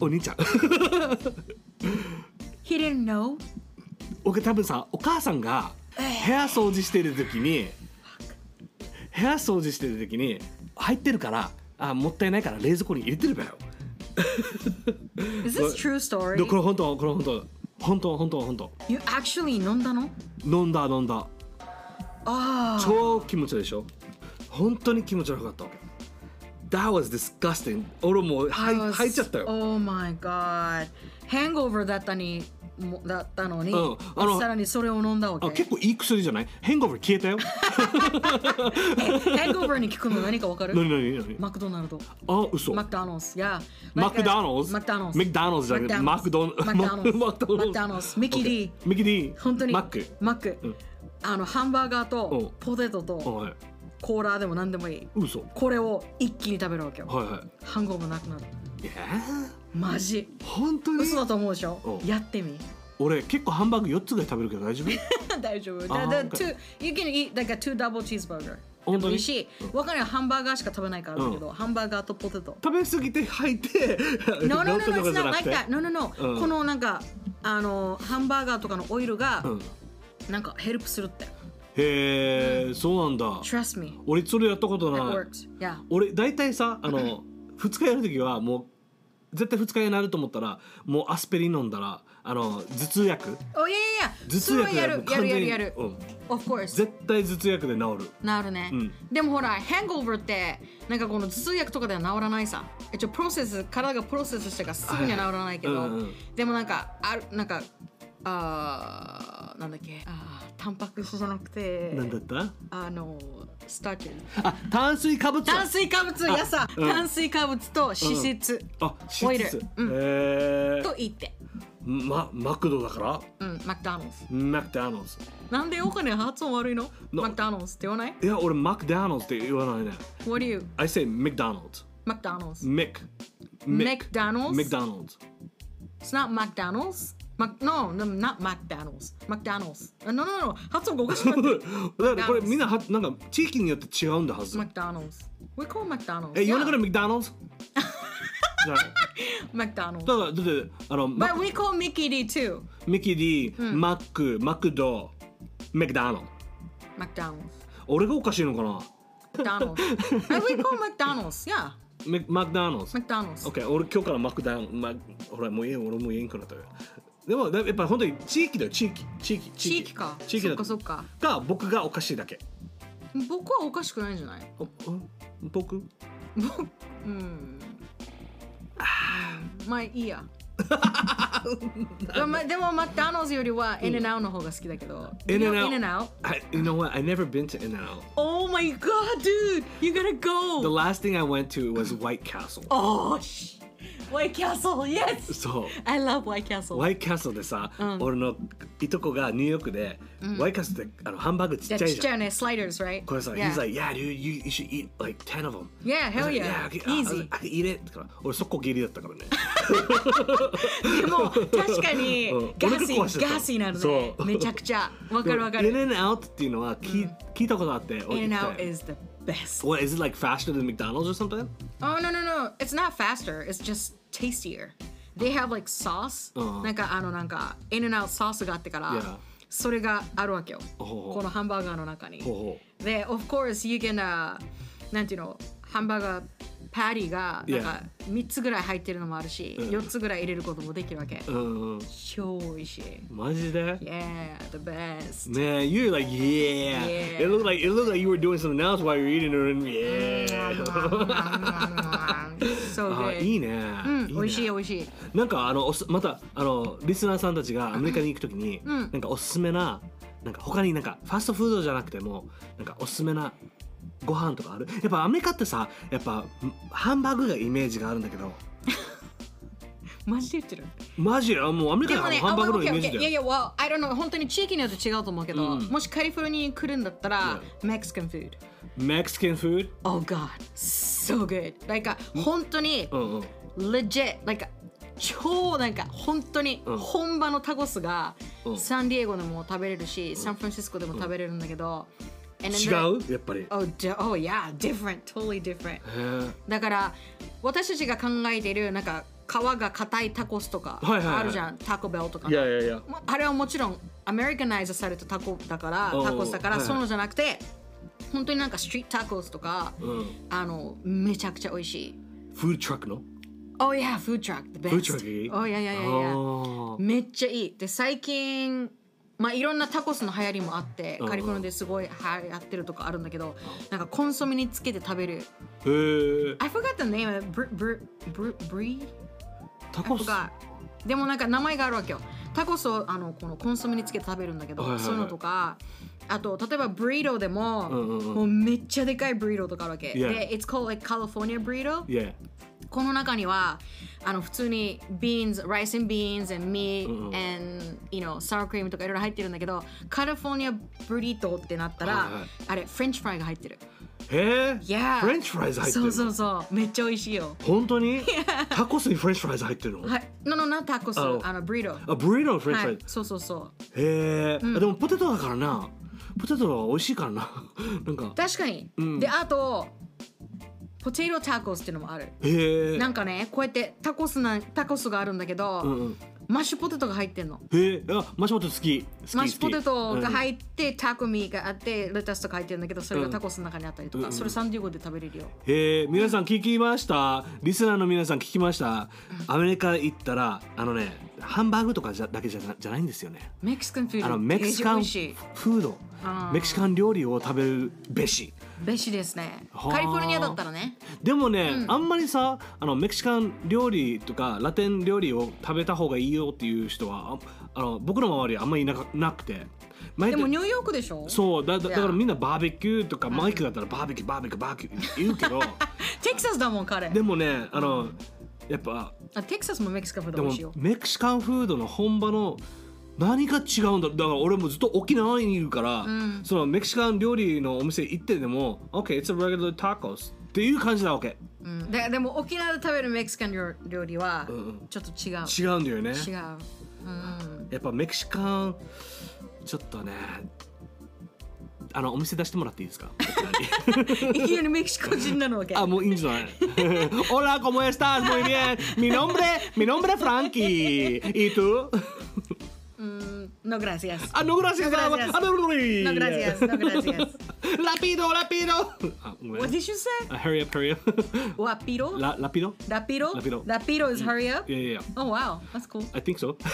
B: お兄ちゃん
C: He didn't know?
B: 僕多分さお母さんが部屋掃除してる時に部屋掃除してる時に入ってるからあもったいないから冷蔵庫に入れてるばよ
C: Is this true
B: で
C: story?
B: これ本当これ本当本当本当本当
C: You actually 飲んだの
B: 飲んだ飲んだ
C: ああ。
B: 超気持ち悪いでしょ本当に気持ち悪かったわけ That was disgusting 俺もうはい
C: I was-
B: 入っちゃったよ
C: Oh my god. Hangover だったにもだったのに、
B: うんあの
C: さらにそれを飲んだわ
B: あ
C: け。
B: 結構いい薬じゃないヘンゴー消えたよ
C: Hangover に効くの何かわかる
B: 何何何
C: マクドナルド。
B: あ嘘
C: マクドナルド。Yeah.
B: マクドナルド
C: マクドナルド。
B: マクドナルドじゃなくてマク ド
C: マクドナルド。
B: マ
C: マ
B: ク
C: ク
B: ド
C: ド
B: ナ
C: ナ
B: ル
C: ル
B: ド
C: ド。ミキ D。
B: ミキ D
C: 本当に。
B: マック
C: マック。
B: うん
C: あの、ハンバーガー
B: うん
C: とポテト
B: あ
C: と
B: はい
C: コーラでも何でもいい。
B: 嘘は
C: これを一気に食べるわけよ。
B: いは
C: ハンゴーバーなくなる。
B: いいやー
C: マジ。
B: 本当に
C: 嘘だと思うでしょ
B: うん
C: やってみ。
B: 俺結構ハンバーグ4つぐらい食べるけど大丈夫
C: 大丈夫。
B: あー
C: だだ
B: OK
C: two you can eat like a two double cheeseburger。
B: 本当に
C: 美味しい。わかんないハンバーガーしか食べないからだけど、ハンバーガーとポテト。
B: 食べ過ぎて吐いて
C: No, no, no,
B: 飲んだ
C: no,
B: とか
C: it's
B: じゃな
C: not
B: く
C: like
B: て
C: that. No, no, no.
B: うん
C: このなんか、あの、ハンバーガーとかのオイル が
B: う、ん
C: なんかヘルプするって。
B: へえそうなんだ
C: Trust me.
B: 俺それやったことな
C: That
B: い
C: works. Yeah.
B: 俺大体さあの2 日やる時はもう絶対2日酔いになると思ったらもうアスペリン飲んだらあの頭痛薬
C: おいやいやい
B: 頭
C: や、そ
B: 痛
C: れは
B: 薬
C: や
B: がもう、完
C: るやるや
B: 全
C: る
B: に
C: やる
B: う。ん
C: Of course.
B: 絶対頭痛薬で治る
C: なるね、
B: うん
C: でもほら、ハンゴーバーって、なんかこの頭痛薬とかでは治らないさ。一応、プロセス、体がプロセスしてからすぐには治らないけど、
B: はいはいうんうん
C: でもなんか、ある、なんか、あーなんだっけ、あータンパク質じゃなくて、
B: なんだった
C: あの、スターチ
B: あ炭水化物
C: 炭水化物やさ、
B: うん
C: 炭水化物と脂質
B: あ
C: オ
B: 脂
C: イル
B: 質
C: うん
B: へえ
C: と言って、
B: まマクドだから
C: うん、マクドナルド
B: マクダノルズ
C: なんでお金発音悪いの
B: No
C: マクドナルドって言わない
B: いや俺マクダノルズって言わないね
C: ?What do you?
B: I say McDonald's
C: マクドナルド
B: Mick
C: McDonald's?
B: McDonald's
C: It's not McDonald's? Mac no, no, not McDonald's. McDonald's. Uh, No, no, no. 発音がおかしくなってる。
B: だからこれみんなはなんか地域によって違うんだはず
C: McDonald's. We call McDonald's.
B: え、夜中
C: Yeah.
B: の McDonald's? じゃあ
C: McDonald's.
B: だから、だって、あの、マ
C: But we call Mickey D too.
B: ミキ D、マック、マクド、マクダノ。
C: McDonald's.
B: 俺がおかしいのかな
C: McDonald's. And we call McDonald's. Yeah.
B: ママクダノス。
C: McDonald's.
B: オッケー、俺今日からマクダノマほら、もういいよ、俺もう言えんくなったよ。でも、だやっぱり本当に地域だよ、地域。地域、
C: 地域か。
B: 地域だ
C: そっかそっか。
B: か、僕がおかしいだけ。
C: 僕はおかしくないんじゃない
B: おん僕
C: 僕、うん。まあいいや。まあでも McDonald's よりは In and Out の方が好きだけど。
B: In
C: In
B: and
C: and Out?
B: out. I, you know what? I never been to In and Out.
C: Oh my god, dude! You gotta
B: The
C: go!
B: last thing I went to was White Castle.
C: Oh, shit! White Castle, yes!
B: そう
C: I love White Castle.
B: ワイキャストでさ、俺のいとこがニューヨークで、ワイキャストってあのハンバーグちっちゃいじゃん
C: That's sliders, right?
B: これさ、
C: yeah.
B: he's like, yeah, dude, you, you should eat like 10 of them.
C: Yeah, hell
B: I was
C: yeah.
B: like, I can, I,
C: Easy.
B: was like, I can eat it. だから俺、速攻ギリだったからね。
C: で も確かに
B: うん
C: ガ
B: お腹
C: ーシ
B: 壊して
C: ー
B: た
C: ガーシーなの
B: そ
C: で
B: う
C: めちゃくちゃ わかるわかる。
B: In and out っていうのは聞,、聞いたことあって。俺
C: In and
B: 行き
C: out
B: たい
C: is the best.
B: What, is it like faster than McDonald's or something?
C: Oh no no no, it's not faster. It's just tastier. They have like sauce.
B: うん
C: なんかあのなんか In and out ソースがあってか
B: Yeah.
C: らそれがあるわけよ。
B: ほう
C: このハンバーガーの中に。
B: ほうほう
C: で、of course you can、uh, なんていうのハンバーガーパティがなんか三つぐらい入ってるのもあるし、
B: ん
C: 四つぐらい入れることもできるわけ。
B: うんうん。
C: 超美味しい。
B: マジで
C: Yeah, the best.
B: Man, you're like, yeah.
C: Yeah.
B: It looked like it looked like you were doing something else while you're eating it. And
C: Mm,
B: yeah.
C: so
B: あ
C: good.
B: いいね。
C: うん、美味しい
B: ね
C: 美味しい。
B: なんかあのおすまたあのリスナーさんたちがアメリカに行くときに、なんかおすすめななんか他になんかファストフードじゃなくてもなんかおすすめなご飯とかあるやっぱアメリカってさやっぱんハンバーグがイメージがあるんだけど
C: マジで言ってる。
B: マジあもうアメリ
C: で
B: カ
C: も
B: は
C: ね、
B: ハンバーグのイメー
C: okay,
B: ジ
C: okay. い
B: だ
C: や
B: よ
C: いや、well, I don't know. 本当に地域によって違うと思うけど、
B: うん
C: もしカリフォルニアに来るんだったら、Mexican food。
B: Mexican food?
C: Oh God, so good. Like 本当に
B: うんうん
C: legit、like 超なんか本当に
B: うん
C: 本場のタコスが
B: うん
C: サンディエゴでも食べれるし、サンフランシスコでも食べれるんだけど、違
B: 違うやっぱり
C: Oh, di- oh yeah, different, totally different.
B: へー
C: だから私たちが考えているなんか皮が硬いタコスとか
B: はいはいはい
C: あるじゃん、タコベルとか
B: いやいやいや
C: まあれはもちろんアメリカナイズされたタコだから
B: おう
C: タコスだか
B: は
C: ら、
B: いはい
C: そういうのじゃなくて本当になんかストリートタコスとか、
B: うん
C: あのめちゃくちゃ美味しい。
B: フードトラックの
C: Oh yeah, food truck, the best.
B: フードトラックいい
C: Oh yeah, yeah, yeah, yeah.
B: あー
C: めっちゃいい。で最近まあいろんなタコスの流行りもあって
B: うん
C: カリフォルニアですごい流行ってるとかあるんだけどなんかコンソメにつけて食べる。
B: へー
C: I forgot the name of it. Br- br- br- brie?
B: タ
C: I
B: コス
C: forgot. でもなんか名前があるわけよ。タコスをあのこのコンソメにつけて食べるんだけど、
B: はいはいはい
C: そういうのとか、あと例えばブリードでも、
B: んうんうん
C: もうめっちゃでかいブリードとかあるわけ。
B: Yeah.
C: で、It's called like California burrito。
B: Yeah
C: この中にはあの普通に beans、rice and beans and meat
B: うんうん
C: and you know sour cream とかいろいろ入ってるんだけど、カリフォルニアブリートってなったら、
B: はいはい
C: あれフレンチフライが入ってる。
B: へえ
C: Yeah
B: フレンチフライズ入ってる
C: そう
B: の
C: そうそう、めっちゃ美味しいよ。
B: 本当にタコスにフレンチフライズ入ってるの
C: はい、ののなタコス、
B: あの
C: あのブリード。
B: あブリードのフレンチフ
C: は
B: ライ
C: い
B: ズ、、
C: そうそうそう。
B: へえ、でもポテトだからなポテトは美味しいからな なんか
C: 確かに、
B: ん
C: であとポテトタコスっていうのもある
B: へえ
C: なんかねこうやってタコスなタコスがあるんだけど、
B: うんうん
C: マッシュポテトが入ってんの
B: へえあマッシュポテト好き好き
C: マッシュポテトが
B: っ
C: 入って、タコミーがあってレタスとか入ってるんだけどそれ
B: う
C: が
B: ん
C: タコスの中にあったりと
B: う
C: か、
B: ん
C: それサンディエゴで食べれるよ
B: て、へえ皆さん聞きましたリスナーの皆さん聞きましたアメリカ行ったらあのねハンバーグとかじゃだけじゃなじゃないんですよね
C: メキシカンフード
B: あのメキシカン
C: 美
B: フ
C: 味しい
B: ード
C: あー
B: メキシカン料理を食べるべし
C: べしですね
B: はあ
C: カリフォルニアだったらね
B: でもね、あんまりさあのメキシカン料理とかラテン料理を食べた方がいいよっていう人はああの僕の周りはあんまりいなかなくて前
C: でも
B: で
C: ニューヨークでしょ
B: そうだだ
C: い
B: だ
C: や
B: からみんなバーベキューとかマイクだったらバーベキューバーベキューバーベキュー言うけど
C: テキサスだもん彼
B: でもねあのやっぱ
C: あテキサスもメキシカンフー
B: で
C: ド美
B: も
C: 味しいよ
B: メキシカンフードの本場の何が違うんだだから俺もずっと沖縄にいるから、そのメキシカン料理のお店行ってでも OK it's a regular tacos っていう感じなわけ
C: うんででも沖縄で食べるメキシカン料料理は
B: うん
C: ちょっと違う、
B: 違うんだよね
C: 違う、うん、
B: やっぱメキシカンちょっとねあのお店出してもらっていいですか
C: いきなりメキシコ人なのわけ
B: あもういいんじゃない Hola, ¿cómo estás? Muy bien. Mi nombre, mi nombre es Frankie. ¿Y tú?
C: No gracias
B: Ah, no, gracias.
C: No, gracias.
B: Ah, no, no, no.
C: No gracias No gracias
B: La pido, la pido. Ah,ごめん
C: What did you say?
B: Ah, hurry up, hurry up.
C: Guapiro?
B: la, la pido?
C: Dapiro?
B: Lapiro.
C: Dapiro is hurry up?
B: Yeah, yeah, yeah.
C: Oh wow, that's cool
B: I think so.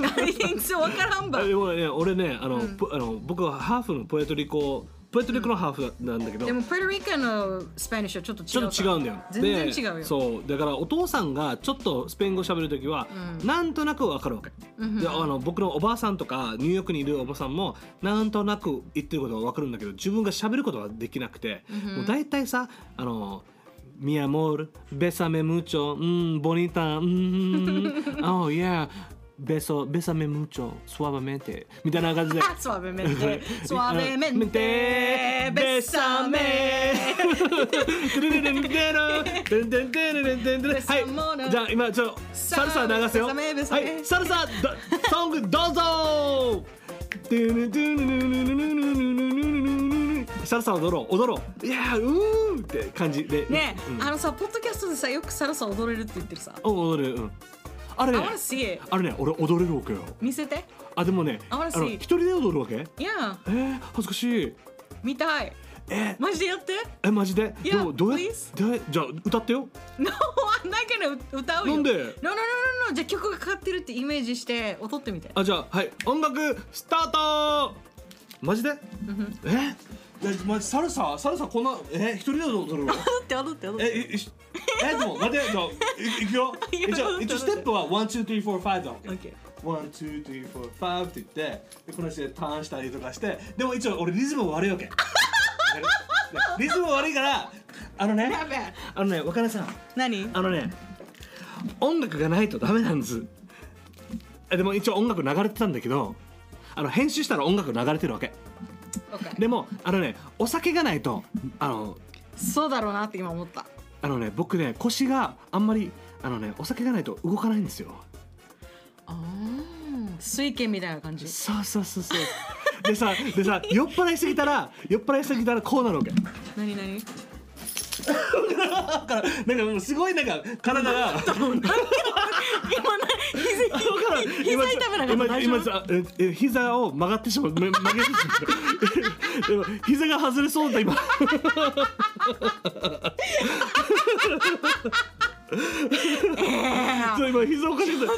C: I think so わからんば
B: あ でもね、俺ね、あの、ぷあの僕はハーフのポエトリコ、ポエトリコのハーフなんだけど、
C: でもプエルリカのスペニッシュはちょっと違う
B: ちょっと違うんだよ。
C: 全然違う
B: で
C: よ
B: そう。だからお父さんがちょっとスペイン語喋るときは、なんとなくわかるわけ。で、あの僕のおばあさんとかニューヨークにいるおばさんもなんとなく言ってることはわかるんだけど、自分が喋ることはできなくて、もう大体さ、あの。 Mi amor, bésame mucho, mm, bonita, mm, oh yeah, beso, bésame mucho, suavemente. みたいな感じで。
C: Suavemente, suavemente, besame.
B: はい、じゃあ今ちょっとサルサ流すよ。はい、サルサソングどうぞ。サルサ踊ろう踊ろう。いやうーって感じで。
C: ねえ、あのさ、ポッドキャストでさ、よくサラさん踊れるって言ってるさ。
B: うん踊るうん。あれ
C: I
B: ね
C: wanna see it.
B: あれね俺踊れるわけよ。
C: 見せて。
B: あでもね
C: I wanna
B: あの
C: see.
B: 一人で踊るわけ？
C: いや、
B: えー、恥ずかしい。
C: 見たい。
B: え
C: マジでやって。
B: えマジで。
C: Yeah,
B: でもどうや
C: please.
B: どうやじゃあ歌ってよ。
C: No, I'm not gonna 歌うよ。
B: なんで
C: No, no, no, no, no. じゃあ曲がかかってるってイメージして踊ってみて。
B: あじゃあはい音楽スタートマジでええマジサルササルサこんなえ一人で踊 るの
C: 踊って踊って踊って。
B: えいいしえでも待ってじゃあいいくよ
C: いや
B: 一応
C: 待って
B: 一応ステップはワンツースリーフォーファイブだわけ
C: OK
B: ワンツースリーフォーファイブって言ってでこの人でターンしたりとかしてでも一応俺リズム悪 いわけわかるでリズム悪いからあのね
C: やべえ。
B: あのね若菜さん
C: 何？
B: あのね音楽がないとダメなんですえでも一応音楽流れてたんだけどあの編集したら音楽流れてるわけ
C: OK
B: でもあのねお酒がないとあの
C: そうだろうなって今思った。
B: あのね僕ね腰があんまりあのねお酒がないと動かないんですよ
C: ああ、水拳みたいな感じ。
B: そうそうそうそうでさでさ酔っ払いすぎたら酔っ払いすぎたらこうなるわけ
C: 何何？
B: だから なんかもうすごいなんか体が
C: 今な
B: だから
C: 膝膝痛めなかった大丈
B: 今
C: 夫
B: 今さええ膝を曲がってしまうめ曲げてしまった でも膝が外れそうだった今 そう今膝をかけて
C: 膝だ。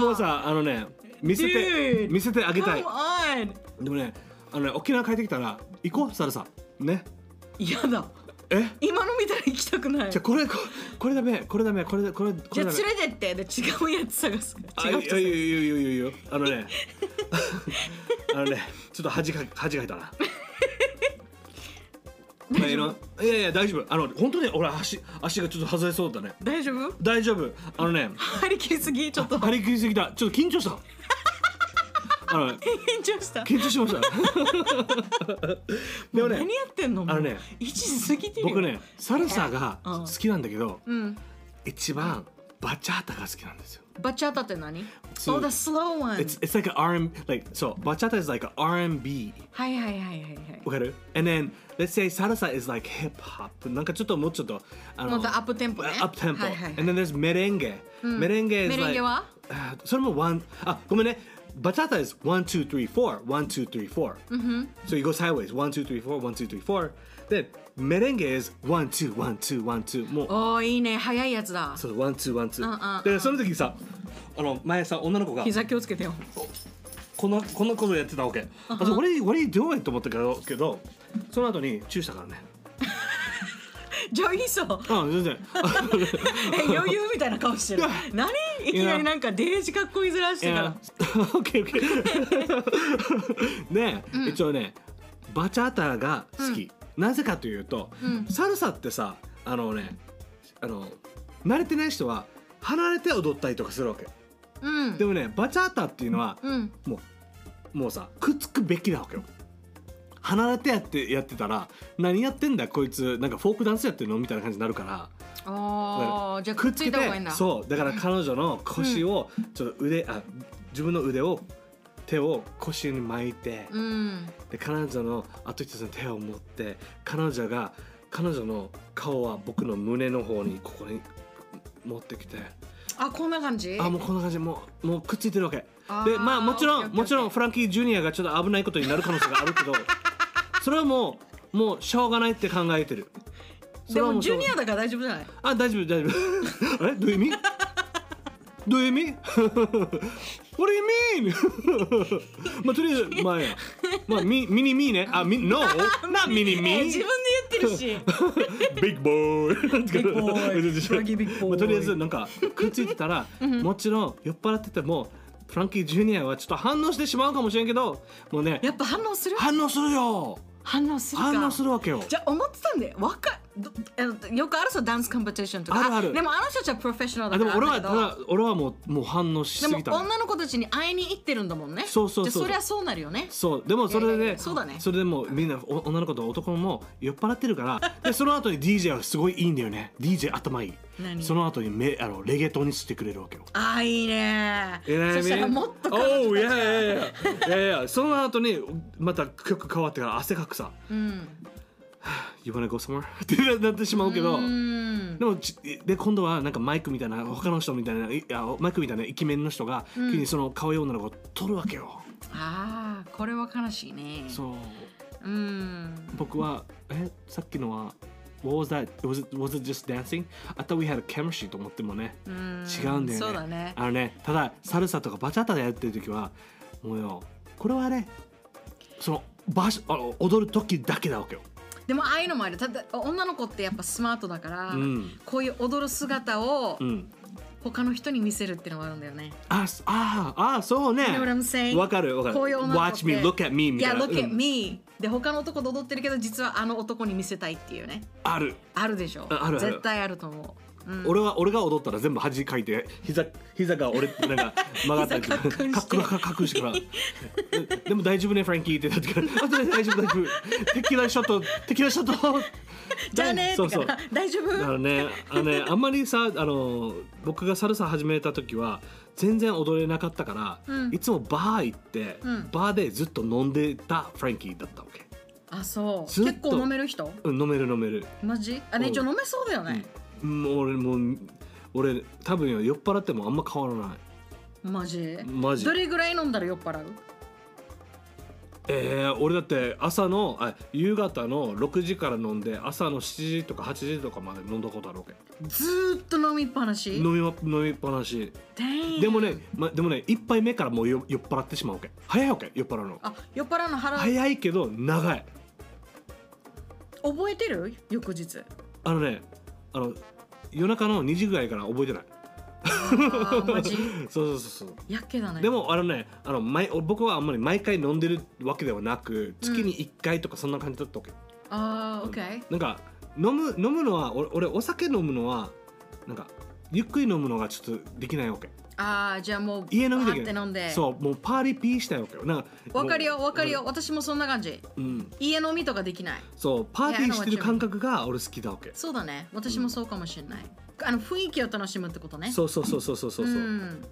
B: もう。さあのね見せて
C: Dude
B: 見せてあげたい
C: Come on。
B: でもねあのね沖縄帰ってきたら行こうサルさんね
C: やだ。
B: え
C: 今のみたいに行きたくない。
B: じゃあこれここれダメこれダメこれこれこ
C: じ
B: れ
C: ゃあ
B: ダ
C: 連
B: メ
C: れてってで違うやつ探すから
B: あ
C: 違
B: いうや
C: 人
B: いや
C: 探す
B: いやいやいやいやあのねあのねちょっと恥か恥かいたな。まあいろいやいや大丈夫あの本当に俺足足がちょっと外れそうだね
C: 大丈夫
B: 大丈夫あのね
C: 張り切りすぎちょっと緊
B: 張り切りすぎたちょっと緊張したあのね
C: 張した
B: 緊張しましたでもね
C: 何やってんのもう
B: あのね
C: 1時過ぎてるよ
B: 僕ねサルサが
C: うん
B: 好きなんだけど、
C: うん
B: 一番バチャータが好きなんですよ
C: バチャータって何
B: そう
C: Oh the slow one
B: It's it's like a R like so bachata is like a R&B
C: はいはいはいはいはい
B: わかる And then let's say サルサ is like hip hop なんかちょっともうちょっとあの
C: もっとアップテンポね
B: アップテンポ
C: はいはいはい
B: And then there's メレンゲ、メレンゲ is
C: メレンゲは
B: like あそれもワンあごめんねバチャータ is 1 2 3 4 1 2 3 4 So you go sideways 1 2 3 4 1 2 3 4 Then メレンゲ is 1 2 1 2 1 2もう
C: おおいいね早いやつだ
B: そうワンツーワンツ
C: うんうんうん
B: ーでその時さあの前さ女の子が
C: 膝気をつけてよ
B: こんなこんなことやってたわけあと俺俺どうやと思ったけどけどその後にチューしたからね
C: じゃあいいそう
B: うん全然
C: え余裕みたいな 顔してる
B: いや
C: 何いきなりなんかデージかっこいいずら してか
B: オ
C: ら
B: ッケーオッケー。ねえ、一応ねバチャータが好き、なぜかというと、サルサってさあのねあの慣れてない人は離れて踊ったりとかするわけ
C: うん
B: でもねバチャータっていうのは、
C: うん
B: もうもうさくっつくべきなわけよ離れてやってやってたら何やってんだこいつなんかフォークダンスやってるのみたいな感じになるから
C: ああじゃあく
B: く
C: っ
B: っ
C: つ
B: つ
C: い
B: け
C: た方がいいん
B: て
C: だ
B: そうだから彼女の腰をちょっと腕、あ自分の腕を手を腰に巻いて、
C: うん
B: で彼女の後一つの手を持って彼女が彼女の顔は僕の胸の方にここに持ってきて
C: あこんな感じ
B: あもうこんな感じもうもうくっついてるわけ
C: あー
B: でまあもち
C: オ
B: ろ
C: ッケーオッケ
B: ん
C: ーオッケー
B: もちろんフランキー・ジュニアがちょっと危ないことになる可能性があるけどそれはもうもうしょうがないって考えてるそ
C: で
B: れは
C: も
B: うし
C: ジ
B: ょ
C: ュ
B: うが
C: ニアだから大丈夫じゃない
B: あ大丈夫大丈夫 あれどういう意味どういう意味 What do you mean? まあとりあえずまあいいやまあミミニミーねあミ No not ミニミ
C: え
B: ー
C: 自分で言って るし
B: ビッグボ ーイ
C: boy ロギービッグボーイ
B: まあとりあえずなんかくっついてたらもちろん酔っ払っててもフランキー・ジュニアはちょっと反応してしまうかもしれんけどもうね
C: やっぱ反応する
B: 反応するよ
C: 反応するか
B: 反応するわけよ
C: じゃあ思ってたんでわかどあのよくあるさダンスコンペティションとか
B: あるある
C: でもあの人たちはプロフェッショナル
B: あ
C: だ
B: で
C: か
B: も俺
C: らあ
B: は
C: れ
B: た
C: だけど
B: だ俺はもうもう反応し
C: です
B: ぎた
C: も
B: の
C: 女の子たちに会いに行ってるんだもんね
B: そうそうそう
C: じゃあそりゃそうなるよね
B: そうでもそれで、
C: いやいやいやそうだね
B: れでもうみんなお女の子と男も酔っ払ってるからでその後に DJ はすごいいいんだよね DJ 頭いい
C: 何
B: その後にめあのレゲトンにしてくれるわけよ
C: ああいいね
B: えらいね
C: そしたらもっと彼
B: おうい
C: 女たちが
B: やいやいやいやいやその後にまた曲変わってから汗かくさ
C: うん
B: 「You wanna go somewhere?」って なってしまうけど
C: うん
B: でもちで今度はなんかマイクみたいな他の人みたいないあマイクみたいなイケメンの人が急にその可愛い女の子を取るわけよ、
C: ああこれは悲しいね
B: そう
C: うん
B: 僕はえさっきのは What was that? Was it, was it just dancing? I thought we had a chemistry と思ってもね、
C: うん
B: 違うんだよね
C: そうだね
B: あのねただサルサとかバチャタでやってる時はもうよこれはねその場所あの踊る時だけだわけよ
C: でもああいうのもあるただ女の子ってやっぱスマートだから、
B: うん
C: こういう踊る姿を
B: うん
C: 他の人に見せるっていうのがあるんだよね。
B: あそああそうね
C: You know what I'm saying?
B: わかるわかる
C: こういう女の子っ
B: Watch
C: て
B: me, look at me みたいな
C: Yeah, look
B: う
C: at
B: ん
C: me、で他の男と踊ってるけど実はあの男に見せたいっていうね
B: ある
C: あるでしょ
B: ああるある
C: 絶対あると思う、うん、
B: 俺は俺が踊ったら全部恥かいて膝膝が俺なん か曲がったり
C: 膝かっくん
B: か
C: して
B: っくんかっくんしてからでも大丈夫ねフランキーってなってからあ大丈夫大丈夫テキラショットテキラショット
C: じゃあねー
B: そう
C: って
B: そ
C: か
B: う
C: ら大丈
B: だか
C: 夫
B: らねあのねあんまりさあの僕がサルサ始めた時は全然踊れなかったから、
C: うん
B: いつもバー行って、
C: うん
B: バーでずっと飲んでたフランキーだったわけ、
C: あそう
B: ずっと
C: 結構飲める人
B: うん、飲める飲める
C: マジあね一応飲めそうだよね、
B: もう俺もう俺多分よ酔っ払ってもあんま変わらない
C: マジ
B: マジ
C: どれぐらい飲んだら酔っ払う
B: えー、俺だって朝のあ夕方の6時から飲んで朝の7時とか8時とかまで飲んだことあるわけ
C: ずーっと飲みっぱなし
B: 飲みま飲みっぱなし
C: Damn
B: でもね、ま、でもね1杯目からもうよ酔っ払ってしまうわけ早いわけ酔っ払うの
C: あ酔っ払うの腹
B: 早いけど長い
C: 覚えてる翌 日
B: あのねあの夜中の2時ぐらいから覚えてない
C: あーマジ
B: そうそうそうそう
C: やっけだね
B: でもあのねあの毎僕はあんまり毎回飲んでるわけではなく月に1回とかそんな感じだったわけ、
C: ああ OK
B: なんか飲む飲むのは俺俺お酒飲むのはなんかゆっくり飲むのがちょっとできないわけ
C: ああじゃあもう
B: 家飲み
C: バ
B: だ
C: ー
B: け
C: って飲んで
B: そうもうパーリピーしたいわけよなんか
C: わかるよ
B: もう
C: わかるよ私もそんな感じ
B: うん
C: 家飲みとかできない
B: そうパーティーして
C: Yeah, I know what you mean.
B: る感覚が俺好きだわけ
C: そうだね私もそうかもしれない、あの雰囲気を楽しむってことね
B: そうそうそうそうそうそう、
C: ん、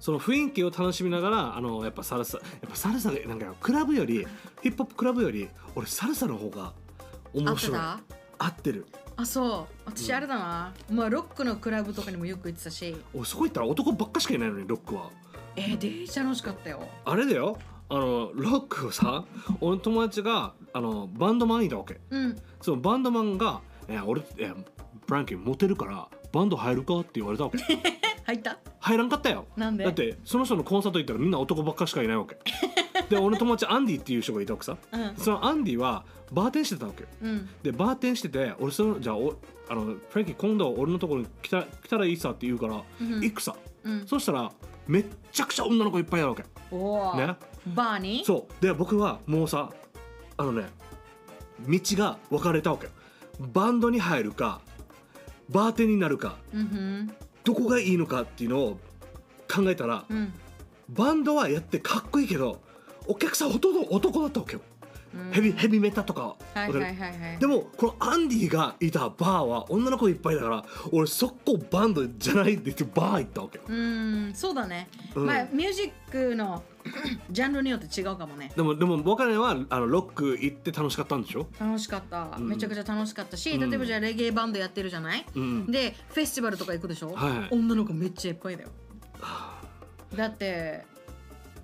B: その雰囲気を楽しみながらあのやっぱサルサやっぱサルサがなんかよクラブよりヒップホップクラブより俺サルサの方が面白い
C: 合って
B: 合ってる
C: あそう私あれだな、まあロックのクラブとかにもよく行ってたし
B: 俺そこ行ったら男ばっかしかいないのにロックは
C: えー、デージ楽しかったよ
B: あれだよあのロックをさ俺の友達があのバンドマンいたわけ
C: うん
B: そのバンドマンが「え俺えブランキーモテるからバンド入るか?」って言われたわけ
C: 入った
B: 入らんかったよ
C: なんで
B: だってその人のコンサート行ったらみんな男ばっかしかいないわけで俺の友達アンディっていう人がいたわけさ
C: うん
B: そのアンディはバーテンしてたわけよ
C: うん
B: でバーテンしてて俺そのじゃあおあのフランキー今度俺のところに来た来たらいいさって言うから、
C: うん
B: 行くさ
C: うん
B: そしたらめっちゃくちゃ女の子いっぱいあるわけ
C: おお、
B: ね
C: バーに
B: そうで僕はもうさあのね道が分かれたわけよバンドに入るかバーテンになるか
C: う、うんふん
B: どこがいいのかっていうのを考えたら、
C: うん
B: バンドはやってかっこいいけどお客さんほとんど男だったわけよ、ヘビヘビメタとか、
C: は
B: わか
C: いは
B: る
C: いはいはい
B: でもこのアンディがいたバーは女の子いっぱいだから俺速攻バンドじゃないって言ってバー行ったわけよ
C: うーんそうだね、
B: うん
C: まあミュージックの ジャンルによって違うかもね
B: でもでも僕らはあのロック行って楽しかったんでしょ
C: 楽しかった、めちゃくちゃ楽しかったし、
B: うん
C: 例えばじゃあレゲエバンドやってるじゃない、
B: うん
C: でフェスティバルとか行くでしょ、
B: はい
C: 女の子めっちゃいっぱいだよだって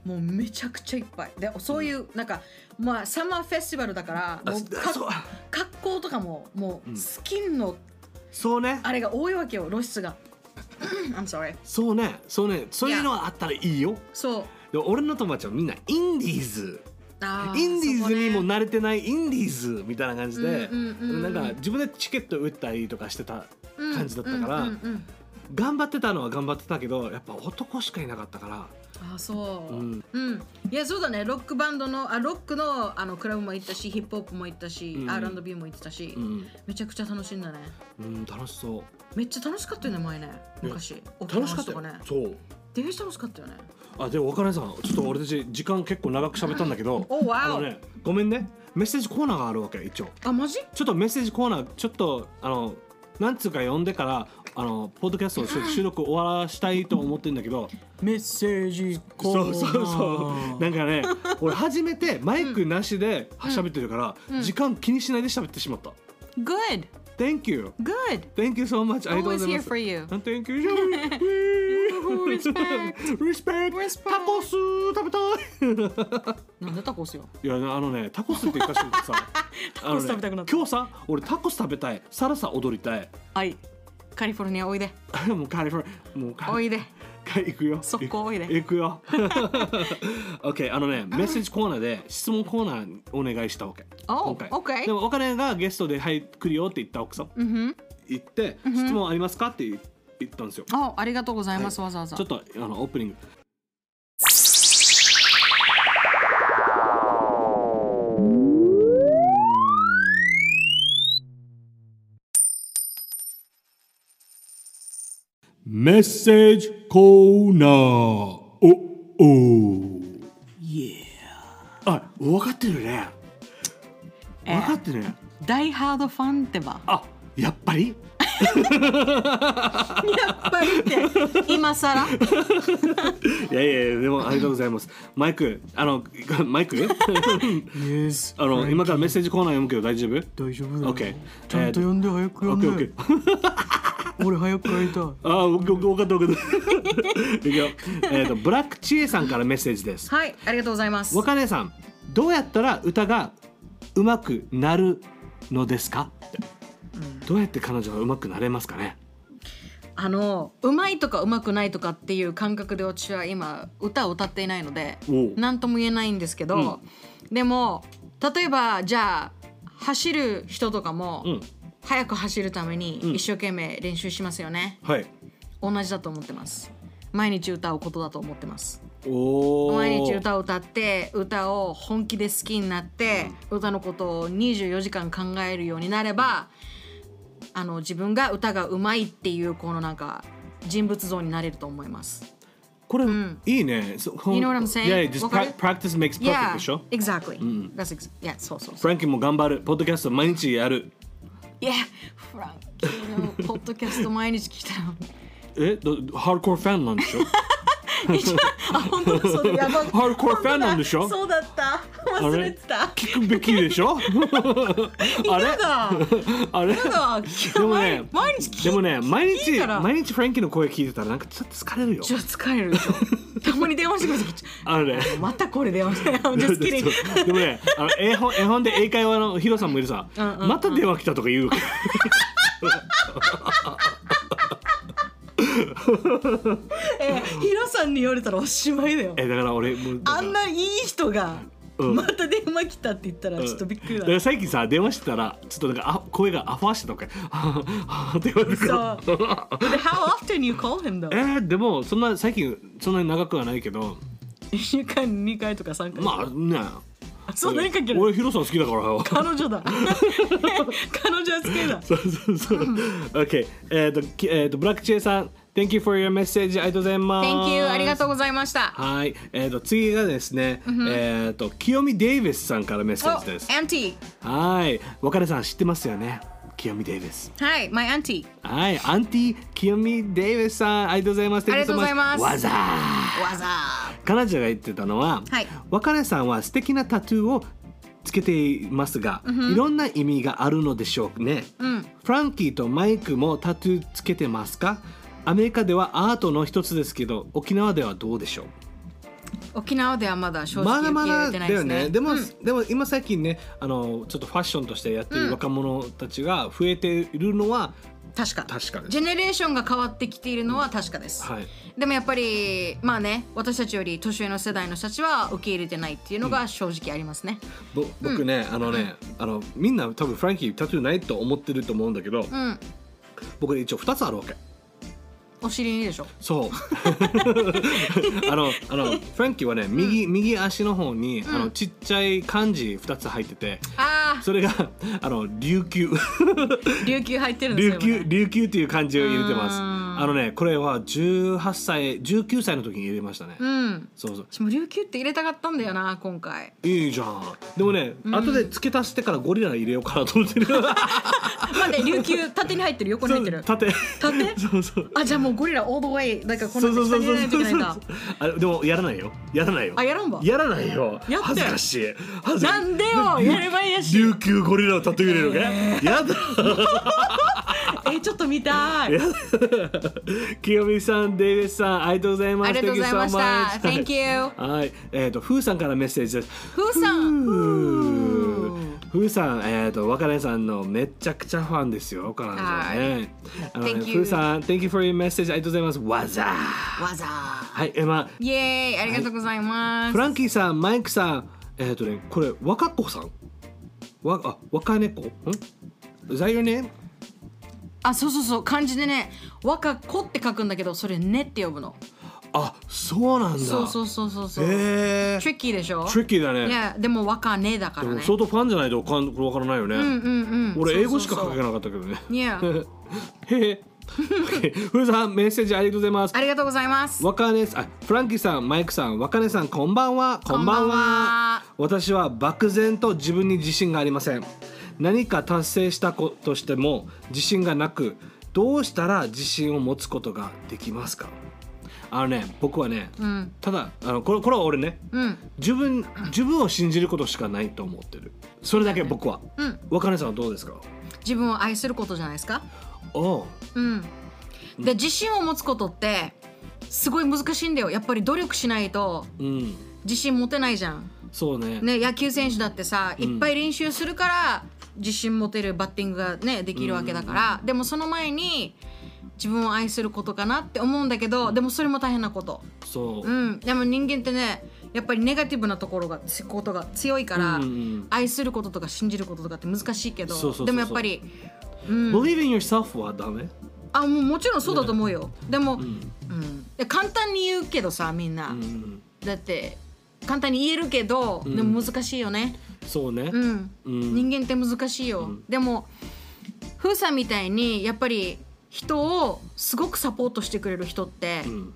C: もうめちゃくちゃいっぱいでそういう、なんかまあサマーフェスティバルだから
B: あ
C: もうか
B: そう
C: 格好とかももうスキンの
B: そうね
C: あれが多いわけよ露 出が I'm sorry
B: そうねそうねそういうのはあったらいいよ
C: そう
B: でも俺の友達はみんなインディーズ
C: あ
B: インディーズにも
C: な
B: 慣れてないインディーズみたいな感じで
C: うんうんうんうん
B: なんか自分でチケット売ったりとかしてた感じだったから
C: うんうんうんうん
B: 頑張ってたのは頑張ってたけどやっぱ男しかいなかったから
C: あそう、う
B: うんん
C: いやそうだねロックバンドのあロックのあのクラブも行ったしヒップホップも行ったし、
B: うん
C: R&B も行ってたし、
B: うん、
C: めちゃくちゃ楽しんだね
B: うん、楽しそう
C: めっちゃ楽しかったよね前ね昔沖縄
B: 楽しか
C: の
B: った
C: 人
B: よ
C: が
B: そ
C: ね
B: う
C: デビューして楽しかったよね
B: あでも若菜さんちょっと俺たち時間結構長く喋ったんだけど
C: Oh, wow.
B: あのねごめんねメッセージコーナーがあるわけ一応
C: あマジ
B: ちょっとメッセージコーナーちょっとあのなんつうか読んでからあのポッドキャストを収収録終わらしたいと思ってるんだけど
A: メッセージコーナ
B: そ
A: ー
B: うそうそうなんかね俺初めてマイクなしで喋ってるから、時間気にしないで喋ってしまった
C: Good
B: Thank you
C: Good
B: Thank you so much ありがとうございます
C: Always here for you.
B: And Thank you Respect Respect
C: Respect.
B: タコス食べたい
C: なんでタコスよ
B: いやあのねタコスって言った瞬間さタ
A: コス食べたくなった
B: 今日さ俺タコス食べたいサルサ踊りたい
C: はいカリフォルニアおいで
B: もうカリフォルもうカリ
C: おいで
B: か行くよ
C: 速攻おいで
B: 行く よ OK あのねメッセージコーナーで質問コーナーお願いしたわけ
C: お
B: 今回
C: OK
B: でもお金がゲストで「はい来るよ」って言った奥さん、
C: うんふん
B: 行って「質問ありますか?」って言言ったんですよち
C: あありがとうございます、
B: は
C: わざわざ
B: ょっとあのオープニングメッセージコーナーおおあ分かってるね
C: えー
B: 分かってるね
C: ダイハードファンってば
B: あやっぱり
C: やっぱ りって今さ
B: い
C: ら
B: やいやいやでもありがとうございますマイクあのマイ ク
A: Yes
B: あの今からメッセージコーナー読むけど大丈夫
A: 大丈夫だよ
B: OK
A: ちゃんと呼んで早く呼
B: オ
A: ん
B: ッ
A: で
B: ケーオッケー
A: 俺早く帰りたい
B: あー、分かった分かった。いくよ。えっ、と、ブラックチエさんからメッセージです。
C: はいありがとうございます
B: 若姉さん、どうやったら歌が上手くなるのですかってどうやって彼女が上手くなれますかね
C: あのうまいとかうまくないとかっていう感覚で私は今歌を歌っていないので
B: おう
C: 何とも言えないんですけど、でも例えばじゃあ走る人とかも、
B: うん。
C: 速く走るために
B: ん
C: 一生懸命練習しますよね、
B: はい。
C: 同じだと思ってます毎日歌うことだと思ってます
B: おー
C: 毎日歌を歌って歌を本気で好きになって、歌のことを24時間考えるようになればあの自分が歌がうまいっていうこのなんか人物像になれると思います。
B: これ、いいね。So,
C: You know what I'm saying?
B: Yeah, just
C: わかる
B: pra- practice makes perfect でしょ
C: exactly.、That's ex- yeah, そうそうそう。
B: フランキーも頑張る。ポッドキャスト毎日やる。
C: Yeah, フランキーのポッドキャスト毎日聞いたら。
B: えどハードコアファンなんでしょ
C: あ、本当だそうだ。 やばい。
B: ハードコアファンなんでしょ
C: そうだった。忘れてた。
B: 聞くべきでし ょあれ
C: やだ。
B: あれ
C: やだ。聞か
B: でも
C: ない
B: ね
C: 毎日聞い
B: でもね毎
C: 聞い
B: 日
C: たら
B: 毎日フランキーの声聞いてたらなんかちょっと疲れるよ
C: ちょっと疲れる でしょ。たまに電話してください。
B: あのね
C: またこれ電話 して。I'm just kidding.
B: そうでもねあの絵本絵本で英会話のヒロさんもいるさ、また電話来たとか言うわけ
C: えー、ヒロさんに言われたらおしまいだよ。
B: えだから俺もうだから
C: あんないい人が
B: うん
C: また電話来たって言ったら
B: うん
C: ちょっとびっくり
B: だ
C: だ。
B: から最近さ電話してたらちょっとなんかあ声がアファしてたわけ って言われるから
C: そう。で How often you call him though?
B: えー、でもそんな最近そんなに長くはないけど
C: 1週間に2回とか3回。
B: まあね
C: あ、そんなにかける。
B: 俺ヒロさん好きだから よ
C: 彼女だ。彼女は好きだ。
B: そうそうそう。OK。えっと、きえっと、ブラックチェさん、Thank you for your message. ありがとうございます。
C: Thank you ありがとうございました。
B: はい。えっ、と、次がですね、えっと、清美デイビスさんからメッセージです。
C: アンティ
B: はい。若菜さん知ってますよね。清美デイビス。
C: はい、マイアンティ
B: はい。アンティ、清美デイビスさん、ありがとうございます。Thank you
C: ありがとうございま
B: so much
C: す
B: わざー
C: わざ
B: 彼女が言ってたのは、
C: はい
B: 若菜さんは素敵なタトゥーをつけていますが、いろんな意味があるのでしょうね、フランキーとマイクもタトゥーつけてますかアメリカではアートの一つですけど沖縄ではどうでしょう
C: 沖縄ではまだ正直
B: ま
C: 受
B: だ
C: け
B: ま
C: 入
B: だ
C: れて
B: だ
C: ないです
B: よ
C: ね。
B: ねでも、でも今最近ねあのちょっとファッションとしてやってる若者たちが増えているのは、
C: 確か
B: 確かです
C: ジェネレーションが変わってきているのは確かです、
B: はい
C: でもやっぱりまあね私たちより年上の世代の人たちは受け入れてないっていうのが正直ありますね、
B: ぼ僕ね、あのねあのみんな多分フランキータトゥーないと思ってると思うんだけど、
C: うん
B: 僕一応2つあるわけ
C: お尻にでしょ
B: そうあのあのフランキーはね右,、右足の方に、あのちっちゃい漢字2つ入ってて
C: あ
B: それがあの琉 球
C: あ琉球入ってるんですよ
B: 琉球
C: 今
B: 琉球っていう漢字を入れてます
C: うーん
B: あのねこれは18歳19歳の時に入れましたね、
C: うん
B: そうそう
C: 私も琉球って入れたかったんだよな 今回
B: いいじゃんでもね、後で付け足してからゴリラ入れようかなと思 ってる
C: 待って琉球縦に入ってる横 に入ってる
B: 縦
C: 縦
B: そうそう
C: あじゃあもうゴリラオールドウェイだからこの
B: そう
C: 下に入れないといけないんだ
B: あでもやらないよやらないよ
C: あやらんば
B: やらないよ
C: やって
B: 恥ずかしい恥ずかしい
C: なんでよやればいいやし
B: 琉球ゴリラをタトゥー入れるね、やだ
C: えちょっと見たい
B: 清美さんデイビスさんありがとうございます
C: ありがとうございました Thank you
B: はいえっ、とふーさんからメッセージです
C: ふーさん
B: ふ
C: ふ
B: ーふーさんえっ、と若菜さんのめちゃくちゃファンですよ彼女はねあのね
C: Thank
B: ふ
C: you
B: ーさん Thank you for your message ありがとうございますわざー
C: わざ
B: はいえーまあ
C: イエーイありがとうございます
B: フランキーさんマイクさんえっ、とねこれ若子さんわあ若猫ん Is that your name?
C: あそうそうそう漢字でね若子って書くんだけどそれねって呼ぶの
B: あそうなんだ
C: そうそうそうそうそう、
B: へえ
C: トリッキーでしょ
B: トリッキーだね
C: いやでも若ねだからね
B: 相当ファンじゃないとわかんこれわからないよね、
C: うんうんうん
B: 俺英語しか書け
C: い
B: なかったけどね
C: いや
B: へ へ Okay 古さんメッセージありがとうございます
C: ありがとうございます
B: わかねさんあフランキーさんマイクさんわかねさんこんばんはこんばん
C: こんばん
B: は
C: は
B: 私は漠然と自分に自信がありません何か達成したことしても自信がなくどうしたら自信を持つことができますかあのね僕はね、
C: うん
B: ただあのこれこれは俺ね
C: うん
B: 自分自分を信じることしかないと思ってるそれだけ僕は、
C: うん
B: 若菜さんはどうですか
C: 自分を愛することじゃないですか
B: おう
C: うんで自信を持つことってすごい難しいんだよやっぱり努力しないと
B: うん
C: 自信持てないじゃん
B: そうね
C: ね野球選手だってさいっぱい練習するから自信持てるバッティングがねできるわけだからでもその前に自分を愛することかなって思うんだけどでもそれも大変なこと
B: そうう、
C: んでも人間ってねやっぱりネガティブなところがつことが強いから、
B: うんうん
C: 愛することとか信じることとかって難しいけど
B: そうそうそうそう
C: でもやっぱり
B: Believe in yourself はダメ
C: あもうもちろんそうだと思うよ、でも、うんで簡単に言うけどさみんな、
B: うん
C: だって簡単に言えるけど、でも難しいよね
B: そうね、
C: うん、
B: うん
C: 人間って難しいよ、でもふーさんみたいにやっぱり人をすごくサポートしてくれる人って、
B: ん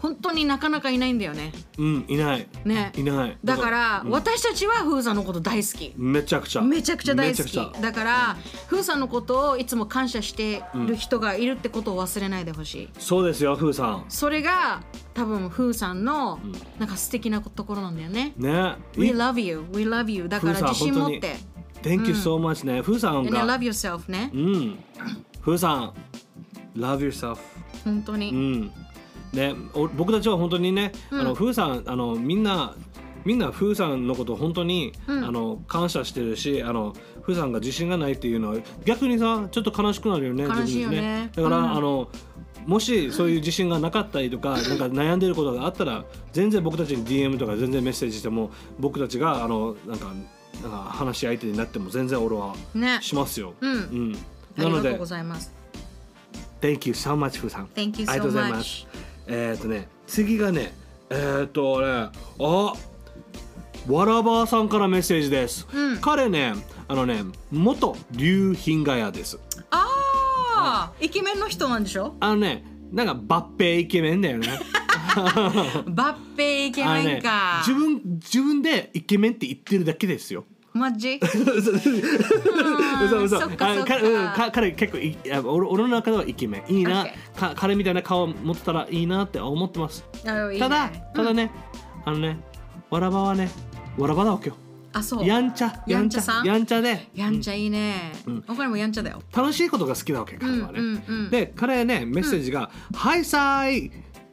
C: 本当になかなかいないんだよね
B: うんいない
C: ね
B: いない
C: だから、
B: うん
C: 私たちはふーさんのこと大好き
B: めちゃくちゃ
C: めちゃくちゃ大好
B: め
C: き
B: ちゃくちゃ
C: だから、ふーさんのことをいつも感謝してる人がいるってことを忘れないでほしい、
B: そうですよふーさん
C: それが多分ふーさんのなんか素敵なところなんだよね、
B: ね
C: We
B: い
C: love you we love you だ
B: ふ
C: か
B: ー
C: ら
B: さん
C: 自信持って
B: 本当に Thank you so much ね、ふーさん
C: And
B: が
C: I love yourself ね
B: うんふーさん Love yourself
C: 本当に、
B: うん、ね、お僕たちは本当にね、あのふーさんあのみんなみんなふーさんのこと本当に、あの感謝してるしあのふーさんが自信がないっていうのは逆にさちょっと悲しくなるよね
C: 悲しいよ
B: 自分
C: ね
B: にだから、
C: うん
B: あのもしそういう自信がなかったりとかなんか悩んでることがあったら全然僕たちに DM とか全然メッセージしても僕たちがあのなんかなんか話し相手になっても全然俺は
C: ね
B: しますよ。
C: うん
B: うん、
C: あ
B: な
C: り
B: の
C: がとう
B: で
C: ございます
B: Thank you so much, ふうさん。
C: Thank you so
B: ありがとうございます。えっ、ー、とね、次がね、えっ、ー、とね、あわらばーさんからメッセージです。
C: うん
B: 彼ね、あのね、元竜品が屋です。
C: ああ、イケメンの人なんでしょ
B: あのね、なんか抜兵イケメンだよね。
C: バッペ イケ
B: あの
C: メ
B: ね
C: ンか、
B: 自分自分でイケメンって言ってるだけですよ。
C: マ ジ
B: 嘘嘘嘘嘘
C: そっかそっか
B: あ彼うんか彼結構いいあ俺俺の中ではいいイケメンいいな
C: Okay
B: か彼みたいな顔持ってたらいいなって思ってます。
C: あいいね
B: ただ、ただね、あのね、わらばはね、わらばだわけよ。
C: あそう
B: やんちゃ、
C: やんちゃさん
B: やんちゃで、
C: やんちゃいいね、
B: ん
C: 他にもやんちゃだよ
B: 楽しいことが好きなわけ、彼はね。
C: うんうんうん
B: で、彼ね、メッセージが、はいさーい。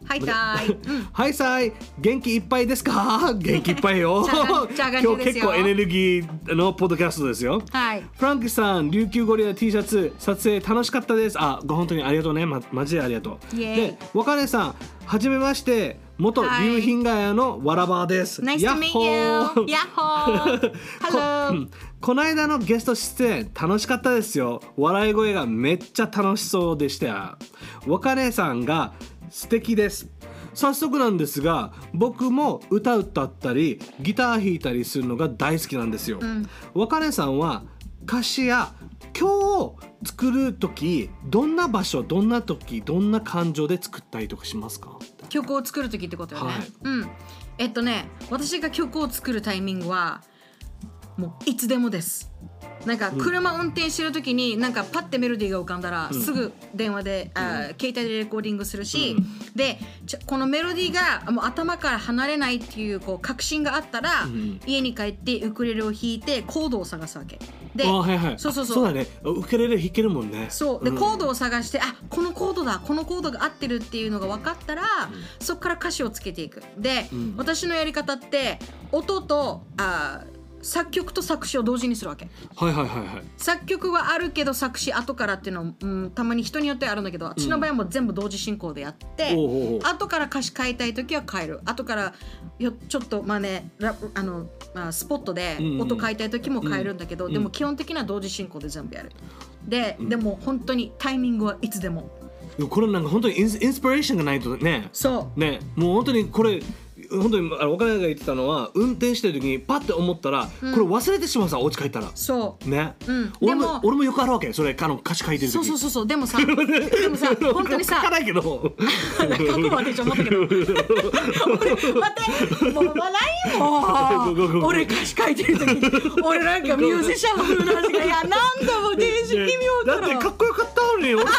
C: はいたーい、うん、
B: はいさーい元気いっぱいですか 元気いっぱいよ
C: ちゃがちゃがじですよ
B: 今日結構エネルギーのポッドキャストですよ
C: はい
B: フランキーさん琉球ゴリラ T シャツ撮影楽しかったですあご本当にありがとうねまマジでありがとう
C: イエーイ
B: で若根さんはじめまして元
C: はい
B: 竜品ガヤのわらばです。
C: Nice
B: や
C: to
B: っ
C: meet
B: ほー
C: you! やっほ
B: こう
C: ー !Hello!
B: んこの間のゲスト出演楽しかったですよ笑い声がめっちゃ楽しそうでした若姉さんが素敵です早速なんですが僕も歌歌ったりギター弾いたりするのが大好きなんですよ、若姉さんは歌詞や今日を作る時どんな場所どんな時どんな感情で作ったりとかしますか
C: 曲を作る時ってことよね、
B: はい
C: うんえっとね私が曲を作るタイミングはもういつでもですなんか車運転してる時になんかパッてメロディーが浮かんだらすぐ電話で、あー携帯でレコーディングするし、でちょこのメロディーがもう頭から離れないっていうこう確信があったら、
B: ん
C: 家に帰ってウクレレを弾いてコードを探すわけで
B: あはいはい
C: そうそうそう
B: そうだねウクレレ弾けるもんね
C: そうで、
B: ん
C: コードを探してあこのコードだこのコードが合ってるっていうのが分かったら、そこから歌詞をつけていくで、
B: ん
C: 私のやり方って音とあー作曲と作詞を同時にするわけ
B: はいはいはいはい
C: 作曲はあるけど作詞後からっていうのも、うん、たまに人によってあるんだけど私の場合はもう全部同時進行でやって、
B: おうおうおう
C: 後から歌詞変えたい時は変える後からよちょっとまあねラあの、まあ、スポットで
B: うんうん
C: 音変えたい時も変えるんだけど、でも基本的には同時進行で全部やるで、でも本当にタイミングはいつでも
B: でもこれなんか本当にインスインスピレーションがないとね
C: そ
B: ねもう本当にこれ本当にあの岡田が言ってたのは運転してる時にパッて思ったら、これ忘れてしまうさお家帰ったら
C: うそう
B: ね、
C: うん
B: 俺
C: でも
B: も俺もよくあるわけそれあの歌詞書いてる時
C: そうそうそうそうで もさでもさ本当にさ
B: 書かない けど
C: 過去は私思ったけど俺待ってもう笑いも俺歌詞書いてる時に俺なんかミュージシャン風な話がいやなんだもう電子奇妙
B: だ
C: だ
B: ってか
C: ろ
B: っこよかったのに俺も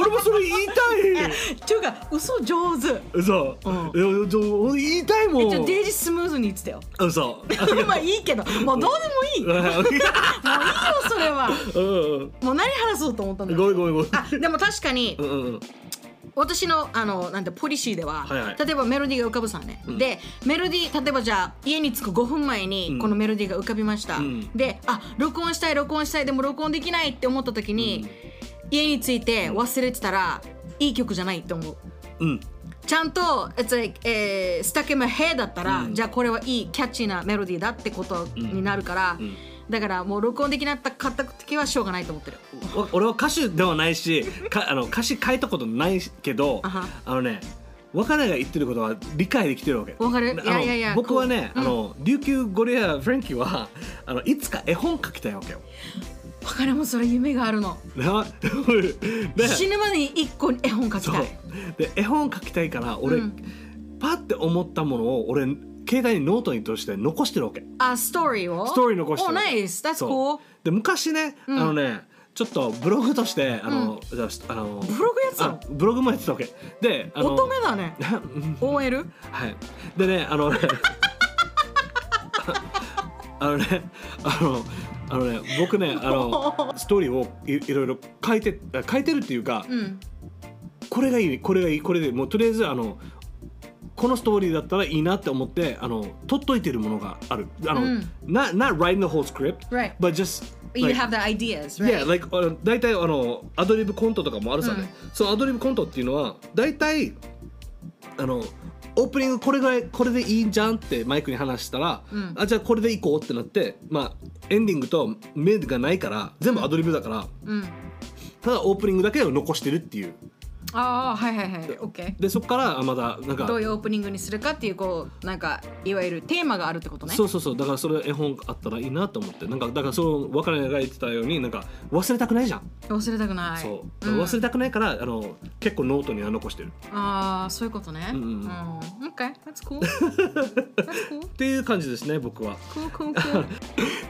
B: 俺もそれ言いたい
C: っていうか嘘上 手
B: 嘘、いやちょ言いたいもん
C: ちょデイジスムーズに言ってたよ
B: 嘘
C: まあいいけどもうどうでもいいもういいよそれは
B: うんうん
C: もう何話そうと思ったんだ
B: ごめん
C: ろ
B: ごめ
C: う
B: んごめん
C: あでも確かに
B: うんうん
C: 私のあのなんてポリシーでは、
B: はいはい
C: 例えばメロディーが浮かぶさね、でメロディー例えばじゃあ家に着く5分前にこのメロディーが浮かびました、
B: ん
C: であ録音したい録音したいでも録音できないって思った時に、家に着いて忘れてたらいい曲じゃないって思う
B: うん
C: ちゃんと「It's like、えー、stuck in my head」だったら、じゃあこれはいいキャッチーなメロディーだってことになるから、だからもう録音できなかった時はしょうがないと思ってる
B: わ俺は歌手ではないしかあの歌詞書いたことないけど
C: あは
B: あのね若菜が言ってることは理解できてるわけ
C: わかる
B: ない
C: やいやいや
B: あの僕はね、
C: こう
B: あの琉球ゴリラフレンキーはあのいつか絵本書きたいわけよ。
C: わかるもうそれ夢があるの
B: な で
C: 死ぬまでに一個絵本書き
B: そう
C: たい
B: で絵本書きたいから俺、
C: うん
B: パッて思ったものを俺携帯にノートにとして残してるわけ。
C: あストーリーを
B: ストーリー残して
C: お
B: る
C: ナイス that's
B: そ
C: cool
B: うで昔ね、
C: ん
B: あのねちょっとブログとしてあの、あの
C: ブログやってた
B: あ
C: の
B: ブログもやってたわけであの
C: 乙 女だね OL?
B: はい。でね、あ のね、あのね、あの、あのね、僕ね、あ の、ストーリーをいいろいろ書いて、あ書いてるっていうか、
C: うん
B: これがいい、これがいい、これでもうとりあえず、あの、このストーリーだったらいいなって思って、あの、取っといてるものがある。あの、
C: うん
B: not, not writing the whole script,
C: Right.
B: but just,
C: You
B: like-
C: have the ideas
B: Yeah,
C: right?
B: like, あの大体あのアドリブコントとかもあるさね、そのアドリブコントっていうのは大体あのオープニングこれぐらいこれでいいんじゃんってマイクに話したら、
C: ん
B: あじゃあこれでいこうってなってまあエンディングとメイドがないから全部アドリブだから、
C: うん
B: ただオープニングだけを残してるっていう
C: ああはいはいはい OK
B: でそっからあまだなんか
C: どういうオープニングにするかっていうこうなんかいわゆるテーマがあるってことね
B: そうそうそうだからそれ絵本あったらいいなと思ってなんかだからそう別れが言ってたようになんか忘れたくないじゃん、
C: 忘れたくない
B: そうだから忘れたくないから、あの結構ノートには残してる。
C: ああそういうことね
B: うんうんうん
C: OK that's cool that's cool
B: っていう感じですね僕は
C: cool cool cool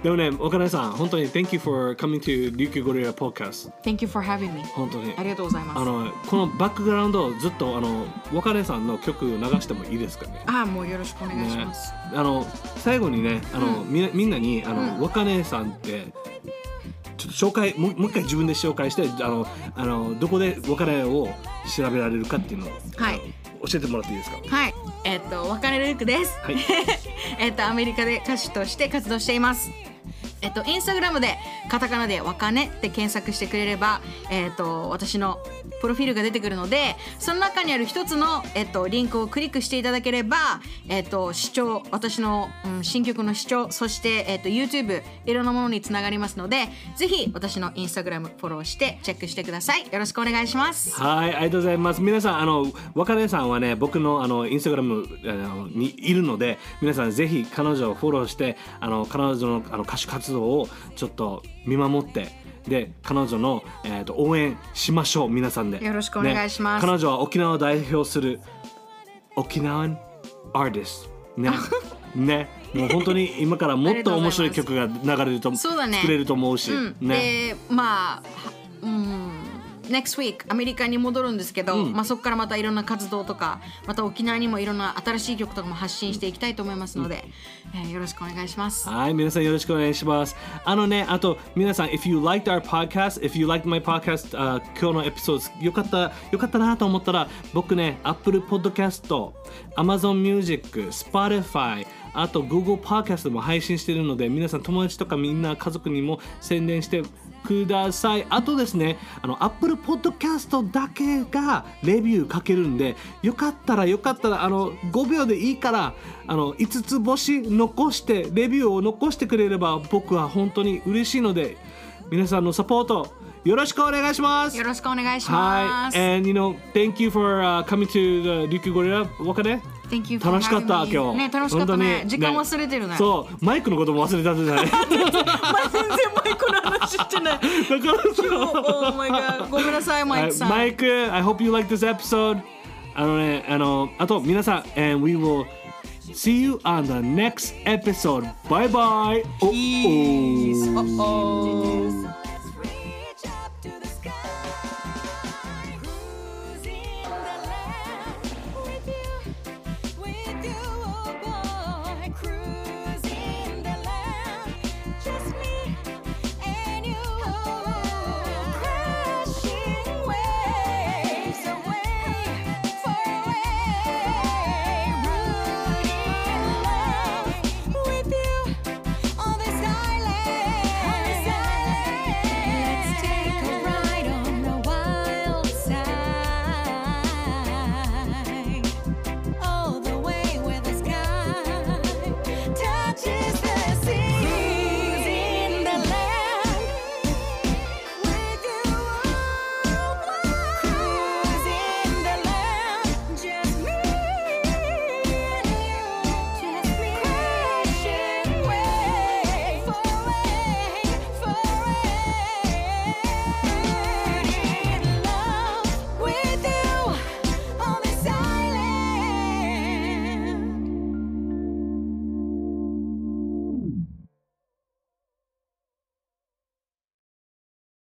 B: でもね岡田さん本当に Thank you for coming to 琉球ゴリラ podcast
C: Thank you for having me
B: 本当に
C: ありがとうございます
B: あのこのバックグラウンドずっとあの若根さんの曲流してもいいですかね
C: ああもうよろしくお願いし
B: ね
C: ます
B: あの最後にねあの、みんなみんなにあの、若根さんってちょっと紹介もうもう一回自分で紹介してあのあのどこで若根を調べられるかっていうのを、
C: はい
B: あの教えてもらっていいですか
C: はいえっと若根ルークです
B: はい
C: えっとアメリカで歌手として活動していますえっとインスタグラムでカタカナで「わかね」って検索してくれればえっと私のプロフィールが出てくるのでその中にある一つの、えっと、リンクをクリックしていただければ、えっと、視聴私の、うん新曲の視聴そして、えっと、YouTube いろんなものにつながりますのでぜひ私の Instagram フォローしてチェックしてくださいよろしくお願いします
B: はい、ありがとうございます。皆さん、あの、若根さんはね、僕の、あの、インスタグラムあのにいるので、皆さん、ぜひ彼女をフォローして、あの、彼女のあの歌手活動をちょっと見守って、で、彼女の、えー、と応援しましょう、皆さんで。
C: よろしくお願いします
B: ね彼女は沖縄を代表する沖縄アーティスト。 ね。ね。もう本当に今からもっと面白い曲が流れると、
C: そうだね
B: 作れると思うし、
C: うん、でまあはうん next week アメリカに戻るんですけど、まあ、そこからまたいろんな活動とかまた沖縄にもいろんな新しい曲とかも発信していきたいと思いますので、えーよろしくお願いします。
B: はい、皆さんよろしくお願いします。あのね、あと皆さん、if you liked our podcast, if you liked my podcast、今日のエピソードよかった、よかったなと思ったら、僕ね、Apple Podcast、Amazon Music、Spotify、あと Google Podcast でも配信しているので、皆さん友達とかみんな家族にも宣伝してください。あとですね、あの Apple Podcast だけがレビューかけるんで、よかったらよかったらあの5秒でいいからあの5つ星残してレビューを残してくれれば僕は本当に嬉しいので、皆さんのサポートよろしくお願いします。
C: よろしくお願いしま
B: はい、
C: す。
B: and you know, thank you for、uh, coming to the 琉球ゴリラ若ね。
C: Thank you for
B: 楽しかった、
C: having me.
B: 今日。
C: ね楽しかったね
B: 本当
C: 時間忘れてるね
B: そう、マイクのことも忘れたじゃない。
C: 前全然マイクの話して ない。
B: だからさ
C: Oh my god ごめんなさいマイクさん。
B: マイク、I uh, hope you like this episode. uh, あのね、あの、あと皆さん、and we will see you on the next episode. Bye bye. おお
C: Peace. Uh-oh.